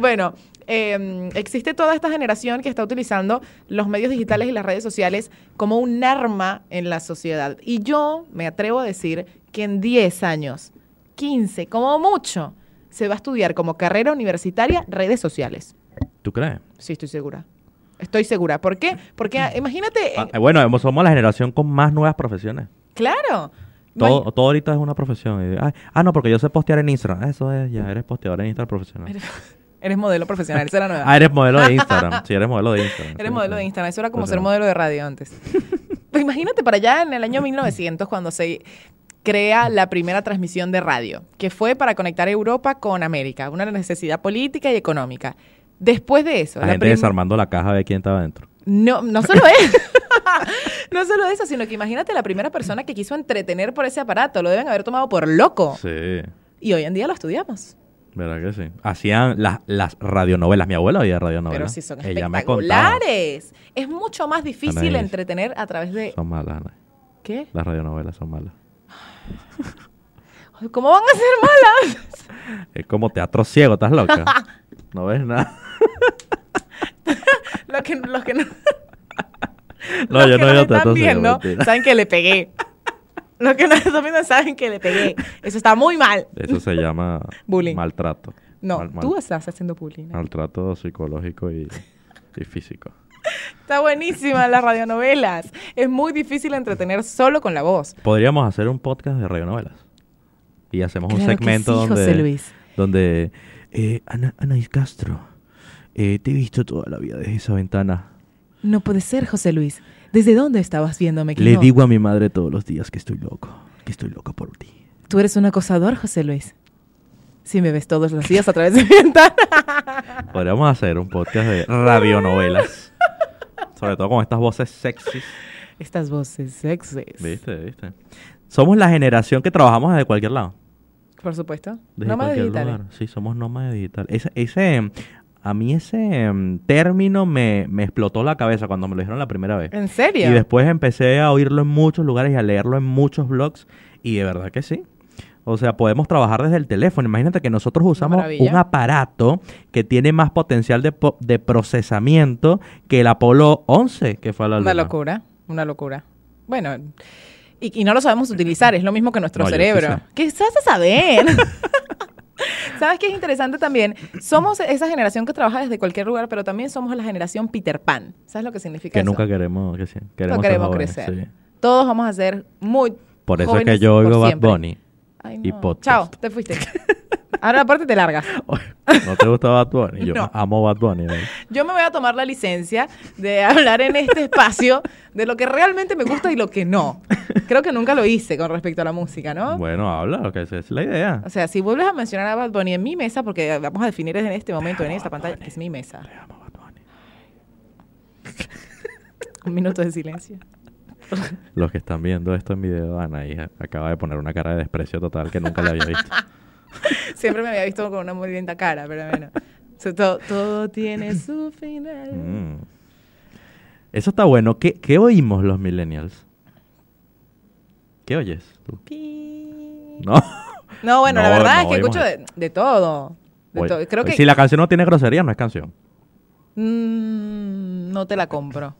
bueno, eh, existe toda esta generación que está utilizando los medios digitales y las redes sociales como un arma en la sociedad. Y yo me atrevo a decir que en 10 años, 15, como mucho, se va a estudiar como carrera universitaria redes sociales. ¿Tú crees? Sí, estoy segura. Estoy segura. ¿Por qué? [laughs] Porque ah, imagínate, eh, Ah, bueno, hemos- somos la generación con más nuevas profesiones. claro. Todo, todo ahorita es una profesión. Y, ay, ah, no, porque yo sé postear en Instagram. Eso es, ya eres posteador en Instagram profesional. Eres- Eres modelo profesional, esa era nueva. Ah, eres modelo de Instagram. Sí, eres modelo de Instagram. Eres Sí, modelo sí. de Instagram, eso era como Pues ser sí. modelo de [laughs] radio antes. Pues imagínate para allá en el año 1900 cuando se crea la primera transmisión de radio, que fue para conectar Europa con América, una necesidad política y económica. Después de eso, La la gente prim- [laughs] desarmando la caja de quién estaba adentro. no, no solo es. [laughs] No solo eso, sino que imagínate la primera persona que quiso entretener por ese aparato. Lo deben haber tomado por loco. Sí, Y hoy en día lo estudiamos. ¿verdad que sí? Hacían las, las radionovelas. Mi abuela oía radionovelas. Pero sí son Ella me contaba. espectaculares. Es mucho más difícil Anaís. entretener a través de... Son malas, Ana. ¿Qué? Las radionovelas son malas. Ay, ¿Cómo van a ser malas? Es como teatro ciego, ¿estás [laughs] loca? No ves nada. Los que, los que no, No, los yo no que nos veo están teatro ciego. viendo mentira. saben que le pegué. Los que nos están viendo saben que le pegué. Eso está muy mal. Eso se llama [laughs] Bullying. maltrato. No, Mal- mal- tú estás haciendo bullying. Maltrato psicológico y, y físico. Está buenísima las radionovelas. Es muy difícil entretener solo con la voz. Podríamos hacer un podcast de radionovelas. Y hacemos un Claro que segmento sí, donde. José Luis. Donde. eh, Ana, Anaís Castro, eh, te he visto toda la vida desde esa ventana. No puede ser, José Luis. ¿Desde dónde estabas viéndome? que Le no? digo a mi madre todos los días que estoy loco. Que estoy loco por ti. Tú eres un acosador, José Luis. Si me ves todos los días a través de mi ventana. Podríamos hacer un podcast de radionovelas. Sobre todo con estas voces sexys. Estas voces sexys. ¿Viste? ¿Viste? Somos la generación que trabajamos desde cualquier lado. Por supuesto. Desde no más cualquier digitales. lugar. Sí, somos nómadas digitales. Ese, ese, em, a mí ese em, término me, me explotó la cabeza cuando me lo dijeron la primera vez. ¿En serio? Y después empecé a oírlo en muchos lugares y a leerlo en muchos blogs. Y de verdad que sí. O sea, podemos trabajar desde el teléfono. Imagínate que nosotros usamos maravilla. un aparato que tiene más potencial de, po- de procesamiento que el Apolo 11 que fue a la luna. Una locura, una locura. Bueno, y, y no lo sabemos utilizar, es lo mismo que nuestro No, yo sí cerebro. sé. ¿Qué vas a saber? [laughs] ¿Sabes qué es interesante también? Somos esa generación que trabaja desde cualquier lugar, pero también somos la generación Peter Pan. ¿Sabes lo que significa Que eso? nunca queremos, que sí, queremos, no ser queremos jóvenes, crecer. sí. Todos vamos a ser muy Por eso es jóvenes que yo por oigo Bad siempre. Bunny. [laughs] Ay, y no. podcast. Chao, te [laughs] fuiste. Ahora aparte te largas. ¿No te gusta Bad Bunny? Yo [laughs] No. amo Bad Bunny. ¿vale? Yo me voy a tomar la licencia de hablar en este espacio de lo que realmente me gusta y lo que no. Creo que nunca lo hice con respecto a la música, ¿no? Bueno, habla, lo que es, es la idea. O sea, si vuelves a mencionar a Bad Bunny en mi mesa, porque vamos a definir en este momento, en esta pantalla, que es mi mesa. Te amo, Bad Bunny. Un minuto de silencio. Los que están viendo esto en video, Anaís acaba de poner una cara de desprecio total que nunca la había [laughs] visto. Siempre me había visto con una muy linda cara, pero bueno. O sea, todo, todo tiene su final. Mm. Eso está bueno. ¿Qué, qué oímos los millennials? ¿Qué oyes tú? Pi. No. No, bueno, la No, verdad no, es que oímos escucho de, de todo. Oye, De pues todo. Creo que Si la canción no tiene grosería, no es canción. Mm, no te la compro.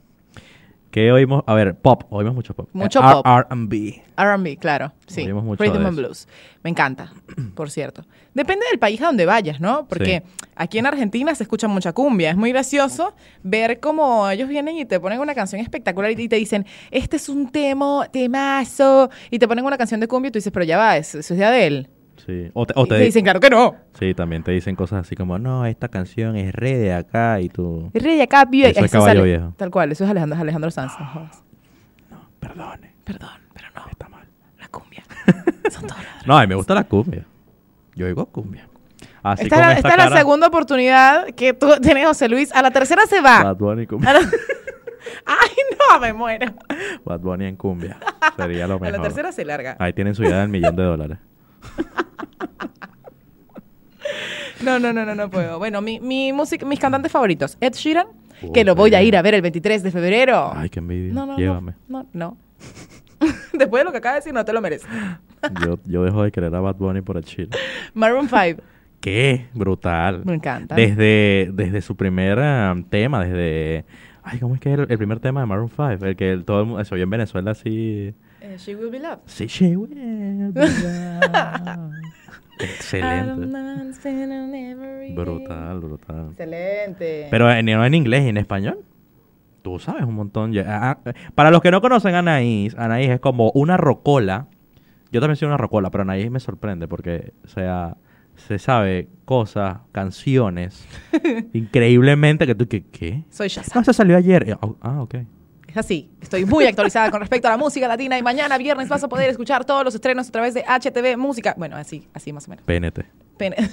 ¿Qué oímos? A ver, pop. Oímos mucho pop. Eh, Mucho R- pop. R&B. R&B, claro, sí. Oímos mucho Rhythm de eso. and blues. Me encanta, por cierto. Depende del país a donde vayas, ¿no? Porque aquí en Argentina se escucha mucha cumbia. Es muy gracioso ver cómo ellos vienen y te ponen una canción espectacular y y te dicen, este es un tema, temazo, y te ponen una canción de cumbia y tú dices, pero ya va, eso, eso es de Adele. Sí. O te, o y te te dicen, claro que no. Sí, también te dicen cosas así como, no, esta canción es re de acá y tú... Rey acá, vive. Eso es Caballo sale- Viejo. Tal cual, eso es Alejandro, Alejandro Sanz. no jodas. Perdone, Perdón, pero no, está mal. la cumbia. Son todos ladrones. No, a mí me gusta la cumbia. Yo digo cumbia. Así esta es con la, esta esta es la cara, segunda oportunidad que tú tienes, José Luis. A la tercera se va. Bad Bunny, cumbia. A la- [laughs] Ay, Ah, no, me muero. [laughs] Bad Bunny en [laughs] cumbia. Sería lo A la mejor. Ah. tercera se larga. Ahí tienen su idea del millón de dólares. No, no, no, no, no puedo. Bueno, mi, mi música, mis cantantes favoritos. Ed Sheeran, Oh, que lo voy a qué ir a ver el 23 de febrero. Ay, qué envidia. Oh. no, no, Llévame. no, no, no. [laughs] Después de lo que acaba de decir, no te lo mereces. Yo, yo dejo de querer a Bad Bunny por el chile. Maroon 5, ¡Qué brutal! me encanta. Desde, desde su primer ah, tema, desde... Ay, ¿cómo es que era el, el primer tema de Maroon 5? El que el- todo el mundo... Se oye en Venezuela así... Eh, She Will Be Loved. Sí, she will be [laughs] loved. I'm Excelente. not standing every day. Brutal, brutal. Excelente. Pero en, no en inglés y en español. Tú sabes un montón. Ya- ah, ah, Para los que no conocen a Anaís, Anaís es como una rocola. Yo también soy una rocola, pero Anaís me sorprende porque, o sea, se sabe cosas, [laughs] canciones, increíblemente que tú, que, ¿qué? Soy Shazam. No, se salió ayer. Eh, oh, Ah, ok. Es así, estoy muy actualizada con respecto a la música latina y mañana viernes vas a poder escuchar todos los estrenos a través de HTV Música. Bueno, así, así más o menos. PNT. Pene- [laughs]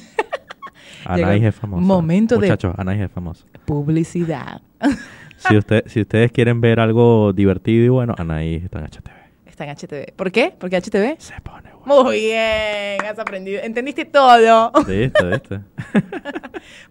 Anaís Llegó es famosa. momento de- Muchachos, Anaís es famosa. Publicidad. si, usted, si ustedes quieren ver algo divertido y bueno, Anaí está en HTV. Está en HTV. ¿Por qué? Porque HTV. Se pone [laughs] bueno. Muy bien, has aprendido. Entendiste todo. [laughs] ¿Viste? ¿Viste?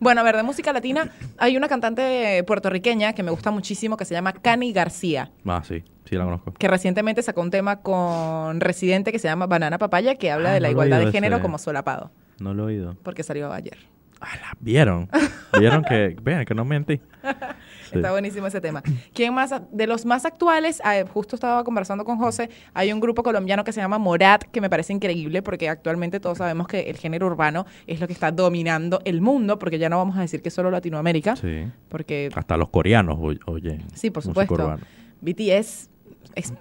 Bueno, a ver, de música latina hay una cantante puertorriqueña que me gusta muchísimo que se llama Cani García, Ah, sí, sí la conozco. que recientemente sacó un tema con Residente que se llama Banana Papaya que habla Ah, de la no lo he igualdad oído de género ese. como solapado, No lo he oído. porque salió ayer. Ah, la vieron. Vieron [laughs] que, vean, que no mentí. Sí. Está buenísimo ese tema. ¿Quién más? De los más actuales, ah, justo estaba conversando con José, hay un grupo colombiano que se llama Morat, que me parece increíble porque actualmente todos sabemos que el género urbano es lo que está dominando el mundo, porque ya no vamos a decir que solo Latinoamérica, Sí. porque Hasta los coreanos, oy- oye. Sí, por música supuesto. urbana. BTS es...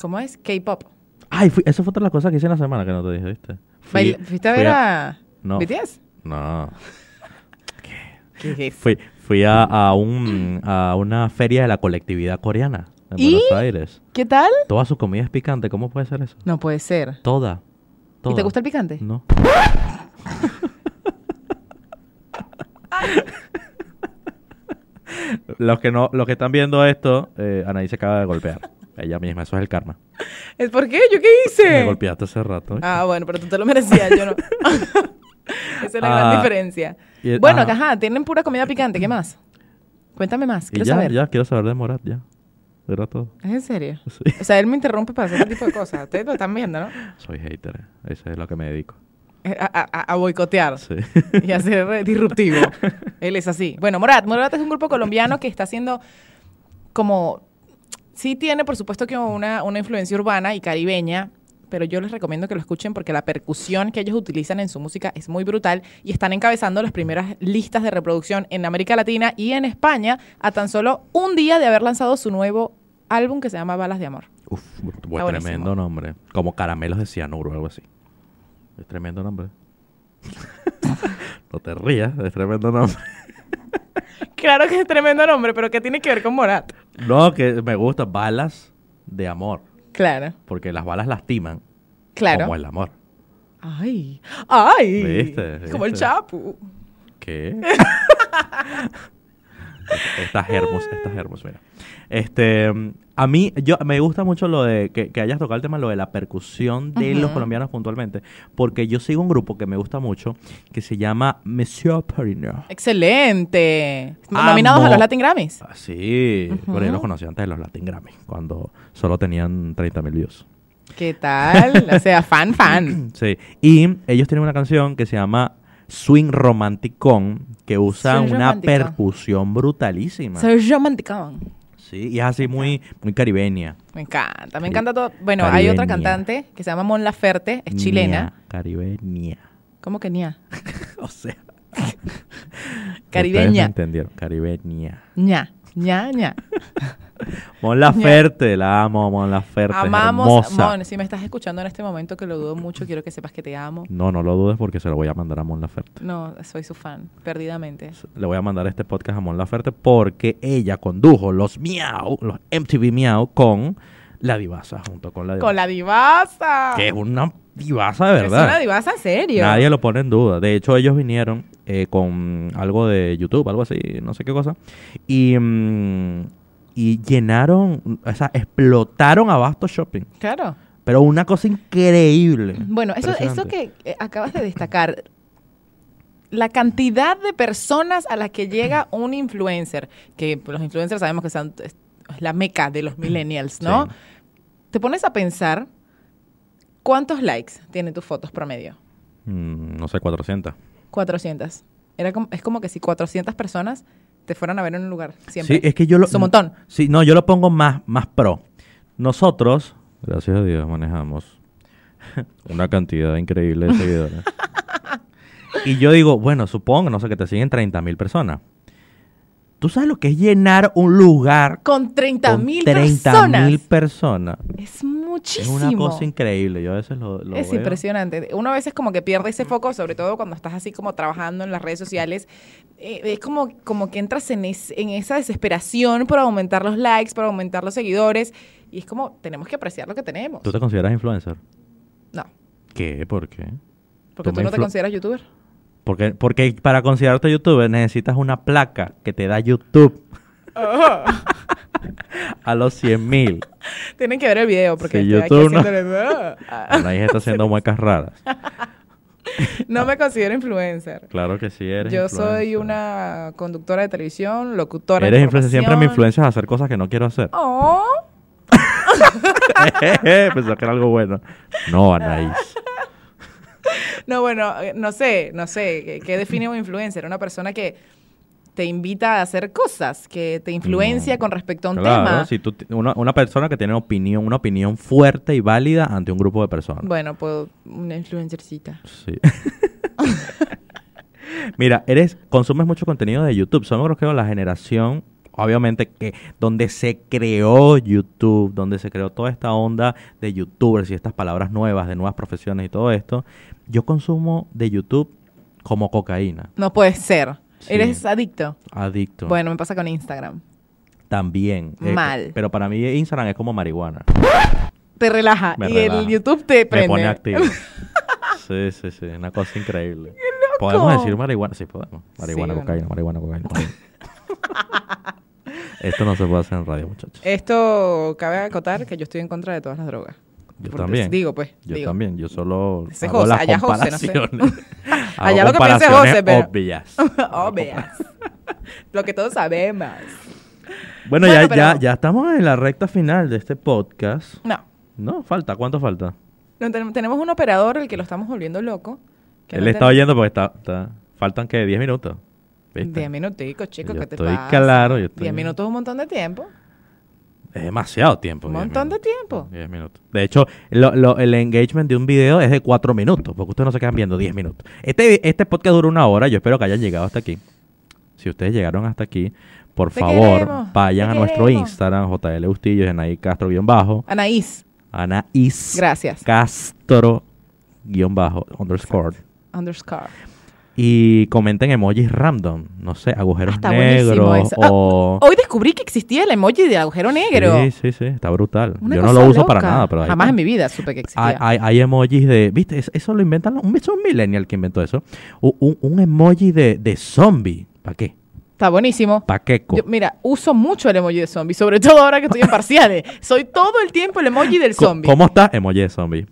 ¿Cómo es? K-pop. Ay, fui- esa fue otra de las cosas que hice en la semana que no te dije, ¿viste? Fui- Bail- ¿Fuiste a fui ver a- a, No. BTS? No. ¿Qué es? Fui, fui a, a un, a una feria de la colectividad coreana en ¿Y? Buenos Aires. ¿Qué tal? Toda su comida es picante, ¿cómo puede ser eso? No puede ser. Toda. ¿Y te toda. gusta el picante? No. [laughs] los que no, los que están viendo esto, eh, Anaí se acaba de golpear. Ella misma, eso es el karma. ¿Es por qué? ¿Yo qué Me hice? golpeaste hace rato. ¿viste? Ah, bueno, pero tú te lo merecías, yo no. [laughs] Esa es la Ah, gran diferencia. y- ah. bueno, ajá. que, ajá, tienen pura comida picante, ¿qué más? Cuéntame más, y quiero ya, saber. ya quiero saber de Morat, ya. Era todo. ¿Es en serio? Sí. O sea, él me interrumpe para hacer ese tipo de cosas. Ustedes lo están viendo, ¿no? Soy hater, eh. eso es lo que me dedico. Eh, A, a- a- a boicotear [laughs] Sí. y a ser eh, disruptivo. él es así. Bueno, Morat. Morat es un grupo colombiano que está haciendo como... Sí tiene, por supuesto, que una, una influencia urbana y caribeña, pero yo les recomiendo que lo escuchen porque la percusión que ellos utilizan en su música es muy brutal y están encabezando las primeras listas de reproducción en América Latina y en España a tan solo un día de haber lanzado su nuevo álbum que se llama Balas de Amor. Uf, bu- buenísimo. tremendo nombre. Como caramelos de cianuro o algo así. Es tremendo [laughs] nombre. no te rías, es tremendo nombre. Claro que es tremendo nombre, pero ¿qué tiene que ver con Morat? No, que me gusta balas de amor. Claro, Porque las balas lastiman. claro. Como el amor. Ay, ay. ¿Viste? Como el ¿Viste? Chapu. [laughs] ¿Qué? estás hermoso, estás hermoso, mira. Este, mm, a mí, yo, me gusta mucho lo de que, que hayas tocado el tema, lo de la percusión de los Ujú. colombianos puntualmente, porque yo sigo un grupo que me gusta mucho, que se llama Monsieur Perignon. Excelente. Amo. Nominados a los Latin Grammys. Ah, sí, Ujú. porque yo los conocí antes de los Latin Grammy, cuando solo tenían 30.000 views. ¿Qué tal? [laughs] O sea, fan, fan. [clears throat] Sí, y ellos tienen una canción que se llama Swing Romanticón, que usa Swing una Romanticón. percusión brutalísima. Soy romanticón. Sí, y es así muy, muy caribeña. Me encanta, Cari- me encanta todo. Bueno, hay otra caribeña. cantante que se llama Mon Laferte, es chilena. Ña, Caribeña. [laughs] ¿Cómo que ña? O sea. ustedes me [laughs] Caribeña. entendieron. Caribeña. ña, ña, ña. Mon Laferte, la amo, Mon Laferte. es Amamos, hermosa. Mon, si me estás escuchando en este momento, que lo dudo mucho, quiero que sepas que te amo. No, no lo dudes porque se lo voy a mandar a Mon Laferte. No, soy su fan, perdidamente. Le voy a mandar este podcast a Mon Laferte porque ella condujo los Miau, los MTV Miau con la divasa, junto con la divasa. Con la divasa. Que es una divasa de Es verdad. una divasa en serio. Nadie lo pone en duda. De hecho, ellos vinieron eh, con algo de YouTube, algo así, no sé qué cosa. Y, mm, y llenaron, o sea, explotaron Abasto Shopping. Claro. Pero una cosa increíble. Bueno, eso, eso Impresionante. que eh, acabas de destacar, la cantidad de personas a las que llega un influencer, que los influencers sabemos que son es la meca de los millennials, ¿no? Sí. Te pones a pensar cuántos likes tienen tus fotos promedio. Mm, no sé, 400. 400. Era como, es como que si 400 personas te fueran a ver en un lugar siempre. Sí, es que yo lo... Es un montón. Sí, no, yo lo pongo más, más pro. Nosotros, gracias a Dios, manejamos [laughs] una cantidad increíble de [laughs] seguidores. y yo digo, bueno, supongo, no sé, que te siguen 30 mil personas. ¿Tú sabes lo que es llenar un lugar Con 30 con mil 30 personas. mil personas? Es muchísimo. Es una cosa increíble. Yo a veces lo, lo es veo. impresionante. Uno a veces como que pierde ese foco, sobre todo cuando estás así como trabajando en las redes sociales. Eh, es como, como que entras en, es- en esa desesperación por aumentar los likes, por aumentar los seguidores. Y es como, tenemos que apreciar lo que tenemos. ¿Tú te consideras influencer? No, ¿Qué? ¿Por qué? porque Tú tú, me no te influ- consideras youtuber. [laughs] Porque, porque para considerarte youtuber necesitas una placa que te da YouTube. Oh. a los 100 mil. Tienen que ver el video porque Sí, estoy aquí YouTube no- haciéndole- Ah. La hija está haciendo muecas raras. No me considero influencer. Claro que sí eres Yo soy influencer. una conductora de televisión, locutora. de Eres influencer, siempre me información. influencias a hacer cosas que no quiero hacer. [laughs] Oh, Pensó que era algo bueno. No, Anaís. no, bueno, eh, no sé, no sé. eh, ¿qué- ¿Qué define un influencer? Una persona que te invita a hacer cosas, que te influencia Mm, con respecto a un claro, tema. si tú ti- una, una persona que tiene opinión, una opinión fuerte y válida ante un grupo de personas. Bueno, pues una influencercita. Sí. [laughs] Mira, eres, consumes mucho contenido de YouTube. Somos creo que la generación, obviamente, que donde se creó YouTube, donde se creó toda esta onda de youtubers y estas palabras nuevas, de nuevas profesiones y todo esto. Yo consumo de YouTube como cocaína, No puede ser. Sí. Eres adicto. adicto. Bueno, me pasa con Instagram. También. Eh, Mal. Pero para mí Instagram es como marihuana. Te relaja. Me y relaja. el YouTube te prende. Me pone activo. [laughs] sí, sí, sí. Una cosa increíble. ¿Podemos decir marihuana? Sí, podemos. Marihuana, Sí, cocaína, marihuana, cocaína. [laughs] Esto no se puede hacer en radio, Eh, muchachos. Esto cabe acotar que yo estoy en contra de todas las drogas. Yo Porque- también. Digo, pues. Yo digo. también. Yo solo Ese hago José, las allá José, no sé. comparaciones. Hago [laughs] Allá lo que piense José, comparaciones pero- [laughs] obvias. [laughs] Obvias. Lo que todos sabemos. Bueno, Bueno, ya, pero- ya, ya estamos en la recta final de este podcast. No. No, falta. ¿Cuánto falta? no ten- tenemos un operador el que lo estamos volviendo loco. que Él no está ten- oyendo porque está, está- faltan que 10 minutos. ¿Viste? Diez minuticos, chicos, Yo ¿qué te estoy pasa? claro, yo estoy- Diez minutos es un montón de tiempo. Es demasiado tiempo. Un 10 montón de minutos. tiempo. 10 minutos. De hecho, lo- lo- el engagement de un video es de 4 minutos, porque ustedes no se quedan viendo 10 minutos. Este, este podcast dura una hora, yo espero que hayan llegado hasta aquí. Si ustedes llegaron hasta aquí, por Te favor, queremos, vayan te a nuestro queremos. Instagram, JL Bustillos, Anaí Castro guión bajo, Anaís, Anaís gracias. Castro guión bajo, underscore. Underscore. Y comenten emojis random, no sé, agujeros Está buenísimo negros eso. Ah, [laughs] o... Hoy descubrí que existía el emoji de agujero negro. Oh. Sí, sí, sí, está brutal. Una Yo no cosa lo uso para loca. nada, pero ahí Jamás está. Ah, en mi vida supe que existía. hay, hay- hay emojis de. ¿Viste? Es- Eso lo inventan. los- Un, es un millennial que inventó eso. U- Un, un emoji de, de zombie. ¿Para qué? Está buenísimo. ¿Para qué? co- Yo, mira, uso mucho el emoji de zombie, sobre todo ahora que estoy en parciales. Soy todo el tiempo el emoji del co- zombie. ¿Cómo está? Emoji de zombie.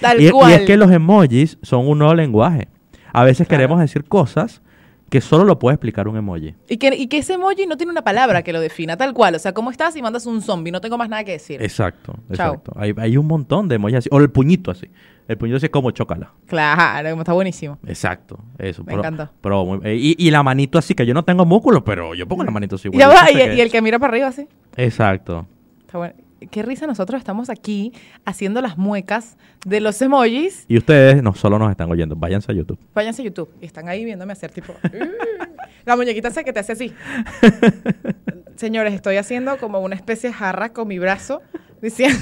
Tal Y, y cual. es que los emojis son un nuevo lenguaje. A veces Claro. queremos decir cosas que solo lo puede explicar un emoji. y, que, y que ese emoji no tiene una palabra que lo defina, tal cual. O sea, ¿cómo estás? Y mandas un zombie, no tengo más nada que decir. Exacto. Chao. Exacto. Hay, hay un montón de emojis así. O el puñito así. El puñito así es como chócala. Claro, como está buenísimo. Exacto. Eso. Me pero- encantó. pero muy- eh, y, y la manito así, que yo no tengo músculo, pero yo pongo la manito así. Y, ya güey, va, yo y- sé que- y el que mira para arriba así. Exacto. Está bueno. Qué risa, nosotros estamos aquí haciendo las muecas de los emojis. Y ustedes no solo nos están oyendo, váyanse a YouTube. Váyanse a YouTube. Y están ahí viéndome hacer tipo. [laughs] "Uh". la muñequita esa que te hace así. Señores, estoy haciendo como una especie de jarra con mi brazo. Diciendo.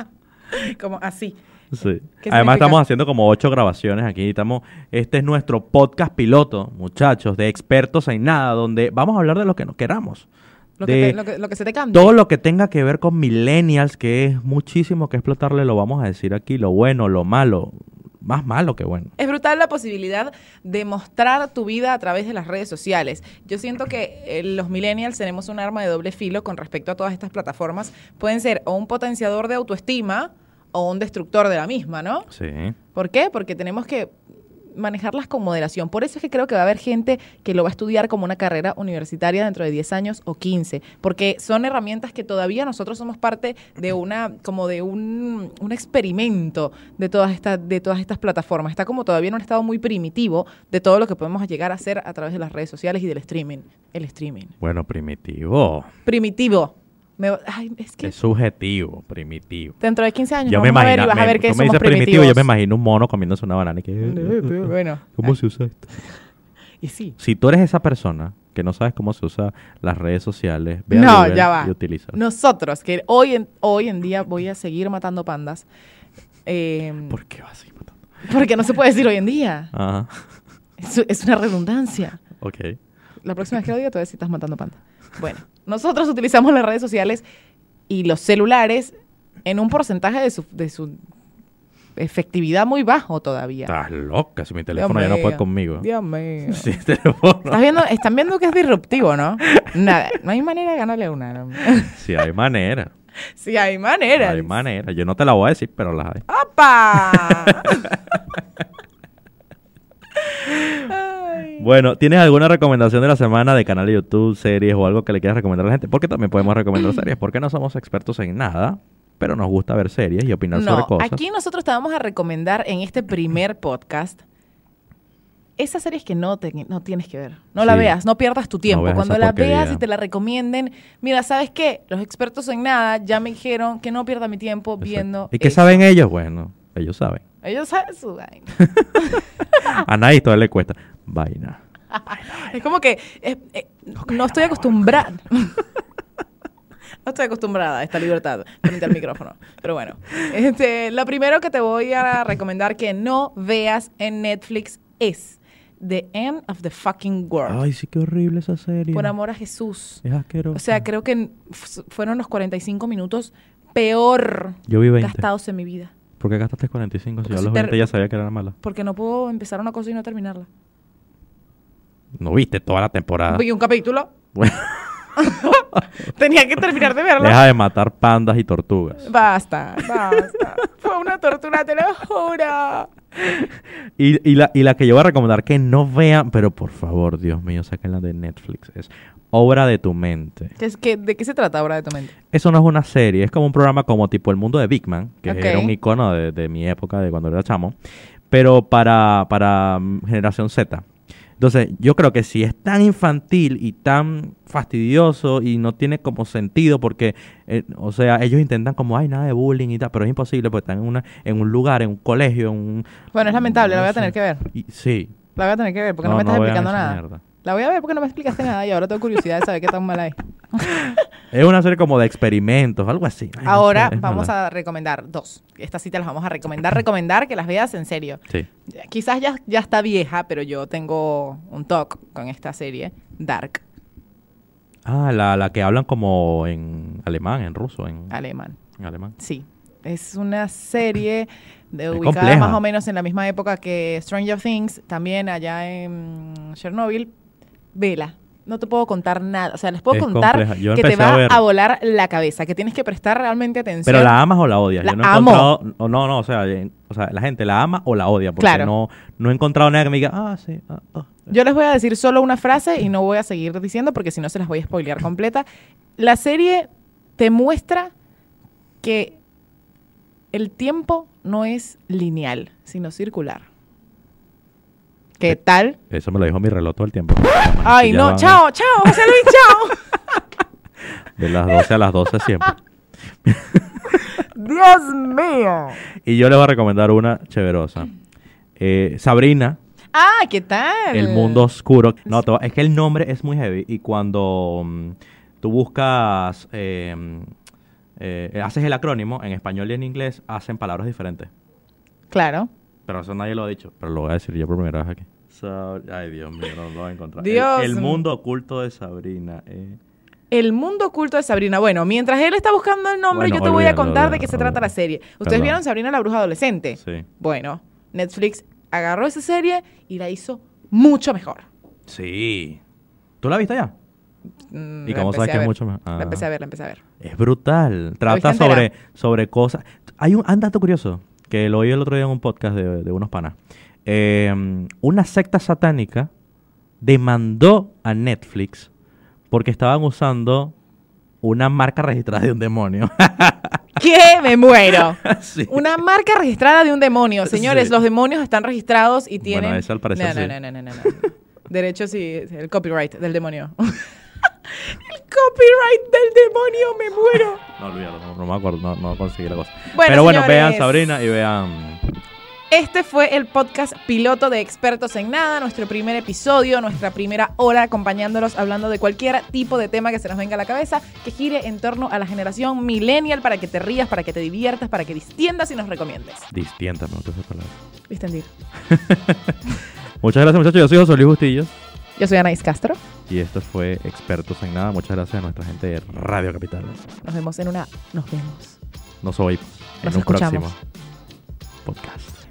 [laughs] como así. Sí. ¿Qué significa? Además estamos haciendo como ocho grabaciones aquí. Estamos, este es nuestro podcast piloto, muchachos, de expertos en nada, donde vamos a hablar de lo que nos queramos. Lo, que, De te- lo que- lo que se te cambia. todo lo que tenga que ver con millennials, que es muchísimo que explotarle, lo vamos a decir aquí, lo bueno, lo malo, más malo que bueno. Es brutal la posibilidad de mostrar tu vida a través de las redes sociales. Yo siento que eh, los millennials tenemos un arma de doble filo con respecto a todas estas plataformas. Pueden ser o un potenciador de autoestima o un destructor de la misma, ¿no? Sí. ¿Por qué? Porque tenemos que manejarlas con moderación. Por eso es que creo que va a haber gente que lo va a estudiar como una carrera universitaria dentro de 10 años o 15, porque son herramientas que todavía nosotros somos parte de una como de un, un experimento de todas estas de todas estas plataformas. Está como todavía en un estado muy primitivo de todo lo que podemos llegar a hacer a través de las redes sociales y del streaming, el streaming. Bueno, primitivo. Primitivo. Me va- ay, es que Es subjetivo, primitivo. dentro de 15 años Yo me vamos a ver imagino, y vas a me- ver que tú me somos dices primitivo, primitivos. yo me imagino un mono comiéndose una banana y [laughs] que... "Eh, bueno, ¿Cómo se usa esto? y sí. Si tú eres esa persona que no sabes cómo se usa las redes sociales, ve No, a Google ya va. y utiliza. Nosotros, que hoy en, hoy en día voy a seguir matando pandas. eh, ¿Por qué vas así matando? porque no se puede decir hoy en día. Ajá. Es, es una redundancia. Ok. La próxima vez que lo diga, todavía sí estás matando pandas. Bueno, nosotros utilizamos las redes sociales y los celulares en un porcentaje de su, de su efectividad muy bajo todavía. Estás loca, si mi Ah, teléfono Dios ya no puede mío. conmigo. [laughs] Dios mío. Sí, teléfono. ¿Estás viendo, están viendo que es disruptivo, ¿no? Nada, no hay manera de ganarle a una. ¿no? [laughs] Sí, hay manera. Sí, hay manera. Hay manera. Yo no te la voy a decir, pero las hay. ¡Opa! Ay. Bueno, ¿tienes alguna recomendación de la semana de canal de YouTube, series o algo que le quieras recomendar a la gente? Porque también podemos [clears throat] recomendar series, porque no somos expertos en nada, pero nos gusta ver series y opinar sobre No, cosas. aquí nosotros te vamos a recomendar en este primer podcast esas series que no, te- no tienes que ver. No la Sí. veas, no pierdas tu tiempo. veas Cuando esa la porquería. veas y te la recomienden, mira, ¿sabes qué? Los expertos en nada ya me dijeron que no pierda mi tiempo Exacto. viendo. ¿Y qué eso. saben ellos? Bueno, ellos saben. Ellos saben su vaina. A nadie todavía le cuesta. Vaina. Es como que eh, eh, no estoy acostumbrada. [laughs] No estoy acostumbrada a esta libertad frente al micrófono. Pero bueno, este, lo primero que te voy a recomendar que no veas en Netflix es The End of the Fucking World. Ay, sí, qué horrible esa serie. Por amor a Jesús. Es asqueroso. O sea, creo que n- f- fueron los 45 minutos peor Yo vi 20. gastados en mi vida. ¿Por qué gastaste 45? Si yo Porque a soy los ter- 20 ya sabía que era mala. Porque no puedo empezar una cosa y no terminarla. No viste toda la temporada. Vi un capítulo, [laughs] [laughs] Bueno, tenía que terminar de verlo. deja de matar pandas y tortugas. Basta, basta. [laughs] Fue una tortura, te lo juro. Y, y la, y la que yo voy a recomendar que no vean, pero por favor, Dios mío, sáquenla de Netflix. Es Obra de tu mente. ¿Qué es- qué- ¿De qué se trata ahora de tu mente? Eso no es una serie, es como un programa como tipo El Mundo de Big Man, que Ok. era un icono de, de mi época, de cuando era chamo, pero para, para mm, generación Z. Entonces, yo creo que si es tan infantil y tan fastidioso y no tiene como sentido porque, eh, o sea, ellos intentan como, ay, nada de bullying y tal, pero es imposible porque están en, una, en un lugar, en un colegio, en un... Bueno, es lamentable, la voy a No sé. tener que ver. y- sí. La voy a tener que ver porque no, No, me estás no vean explicando esa nada. mierda. La voy a ver porque no me explicaste nada y ahora tengo curiosidad de saber qué tan [laughs] mala es. Es una serie como de experimentos, algo así. Ay, no Ahora sé, es vamos mala. a recomendar dos. Estas sí te las vamos a recomendar, recomendar que las veas en serio. Sí. Quizás ya, ya está vieja, pero yo tengo un talk con esta serie, Dark, Ah, la, la que hablan como en alemán, en ruso, en, alemán. en alemán. Sí, es una serie de Es ubicada compleja. más o menos en la misma época que Stranger Things, también allá en Chernobyl. Vela, no te puedo contar nada, o sea, les puedo Es contar compleja. Yo que te empecé a va a, ver. volar la cabeza, que tienes que prestar realmente atención. Pero la amas o la odias. La Yo no he amo. encontrado- o no, no, o sea, en- o sea, la gente la ama o la odia. Porque Claro. no, no he encontrado nada que me diga, ah, sí, ah, ah". Yo les voy a decir solo una frase y no voy a seguir diciendo porque si no se las voy [coughs] a spoilear completa. La serie te muestra que el tiempo no es lineal, sino circular. ¿Qué Eh, tal? Eso me lo dijo mi reloj todo el tiempo. Ay, Ya no, van chao, chao, José Luis, [laughs] chao. De las 12 a las 12 siempre. Dios mío. [laughs] Y yo les voy a recomendar una chéverosa. Eh, Sabrina, Ah, ¿qué tal? El Mundo Oscuro. No, te va- es que el nombre es muy heavy. Y cuando mm, tú buscas, eh, mm, eh, haces el acrónimo en español y en inglés, hacen palabras diferentes. Claro. Pero eso nadie lo ha dicho. Pero lo voy a decir yo por primera vez aquí. Sa- Ay, Dios mío, no lo voy a encontrar. El- Dios. El, mundo oculto de Sabrina. eh. El mundo oculto de Sabrina. Bueno, mientras él está buscando el nombre, Bueno, yo te voy a olvídalo, contar de qué se olvídalo. trata la serie. Ustedes Perdón. vieron Sabrina la bruja adolescente. Sí. Bueno, Netflix agarró esa serie y la hizo mucho mejor. Sí. ¿Tú la viste ya? Mm, ¿Y la cómo empecé sabes a que es ver. mucho mejor? La Ah. empecé a ver, la empecé a ver. [laughs] Es brutal. Trata viste sobre, entera? sobre cosas. Hay un, ah, un dato curioso que lo oí el otro día en un podcast de, de unos panas. Eh, una secta satánica demandó a Netflix porque estaban usando una marca registrada de un demonio. [laughs] ¡Qué me muero! Sí. Una marca registrada de un demonio. Señores, Sí. los demonios están registrados y tienen. eso al parecer No, no, sí. no, no, no, no, no. Derecho sí, el copyright del demonio. [laughs] el copyright del demonio, me muero. No, olvídalo, no, no me acuerdo, no, no conseguí la cosa. Bueno, Pero bueno, señores. vean Sabrina y vean. Este fue el podcast piloto de Expertos en Nada, nuestro primer episodio, nuestra primera hora acompañándolos hablando de cualquier tipo de tema que se nos venga a la cabeza, que gire en torno a la generación millennial para que te rías, para que te diviertas, para que distiendas y nos recomiendes. Distiéntame, me gusta esa palabra. Distendir. Muchas gracias, muchachos. Yo soy José Luis Bustillos Yo soy Anaís Castro. y esto fue Expertos en Nada. Muchas gracias a nuestra gente de Radio Capital. Nos vemos en una... Nos vemos. Nos oímos en Nos un escuchamos. próximo. Podcast.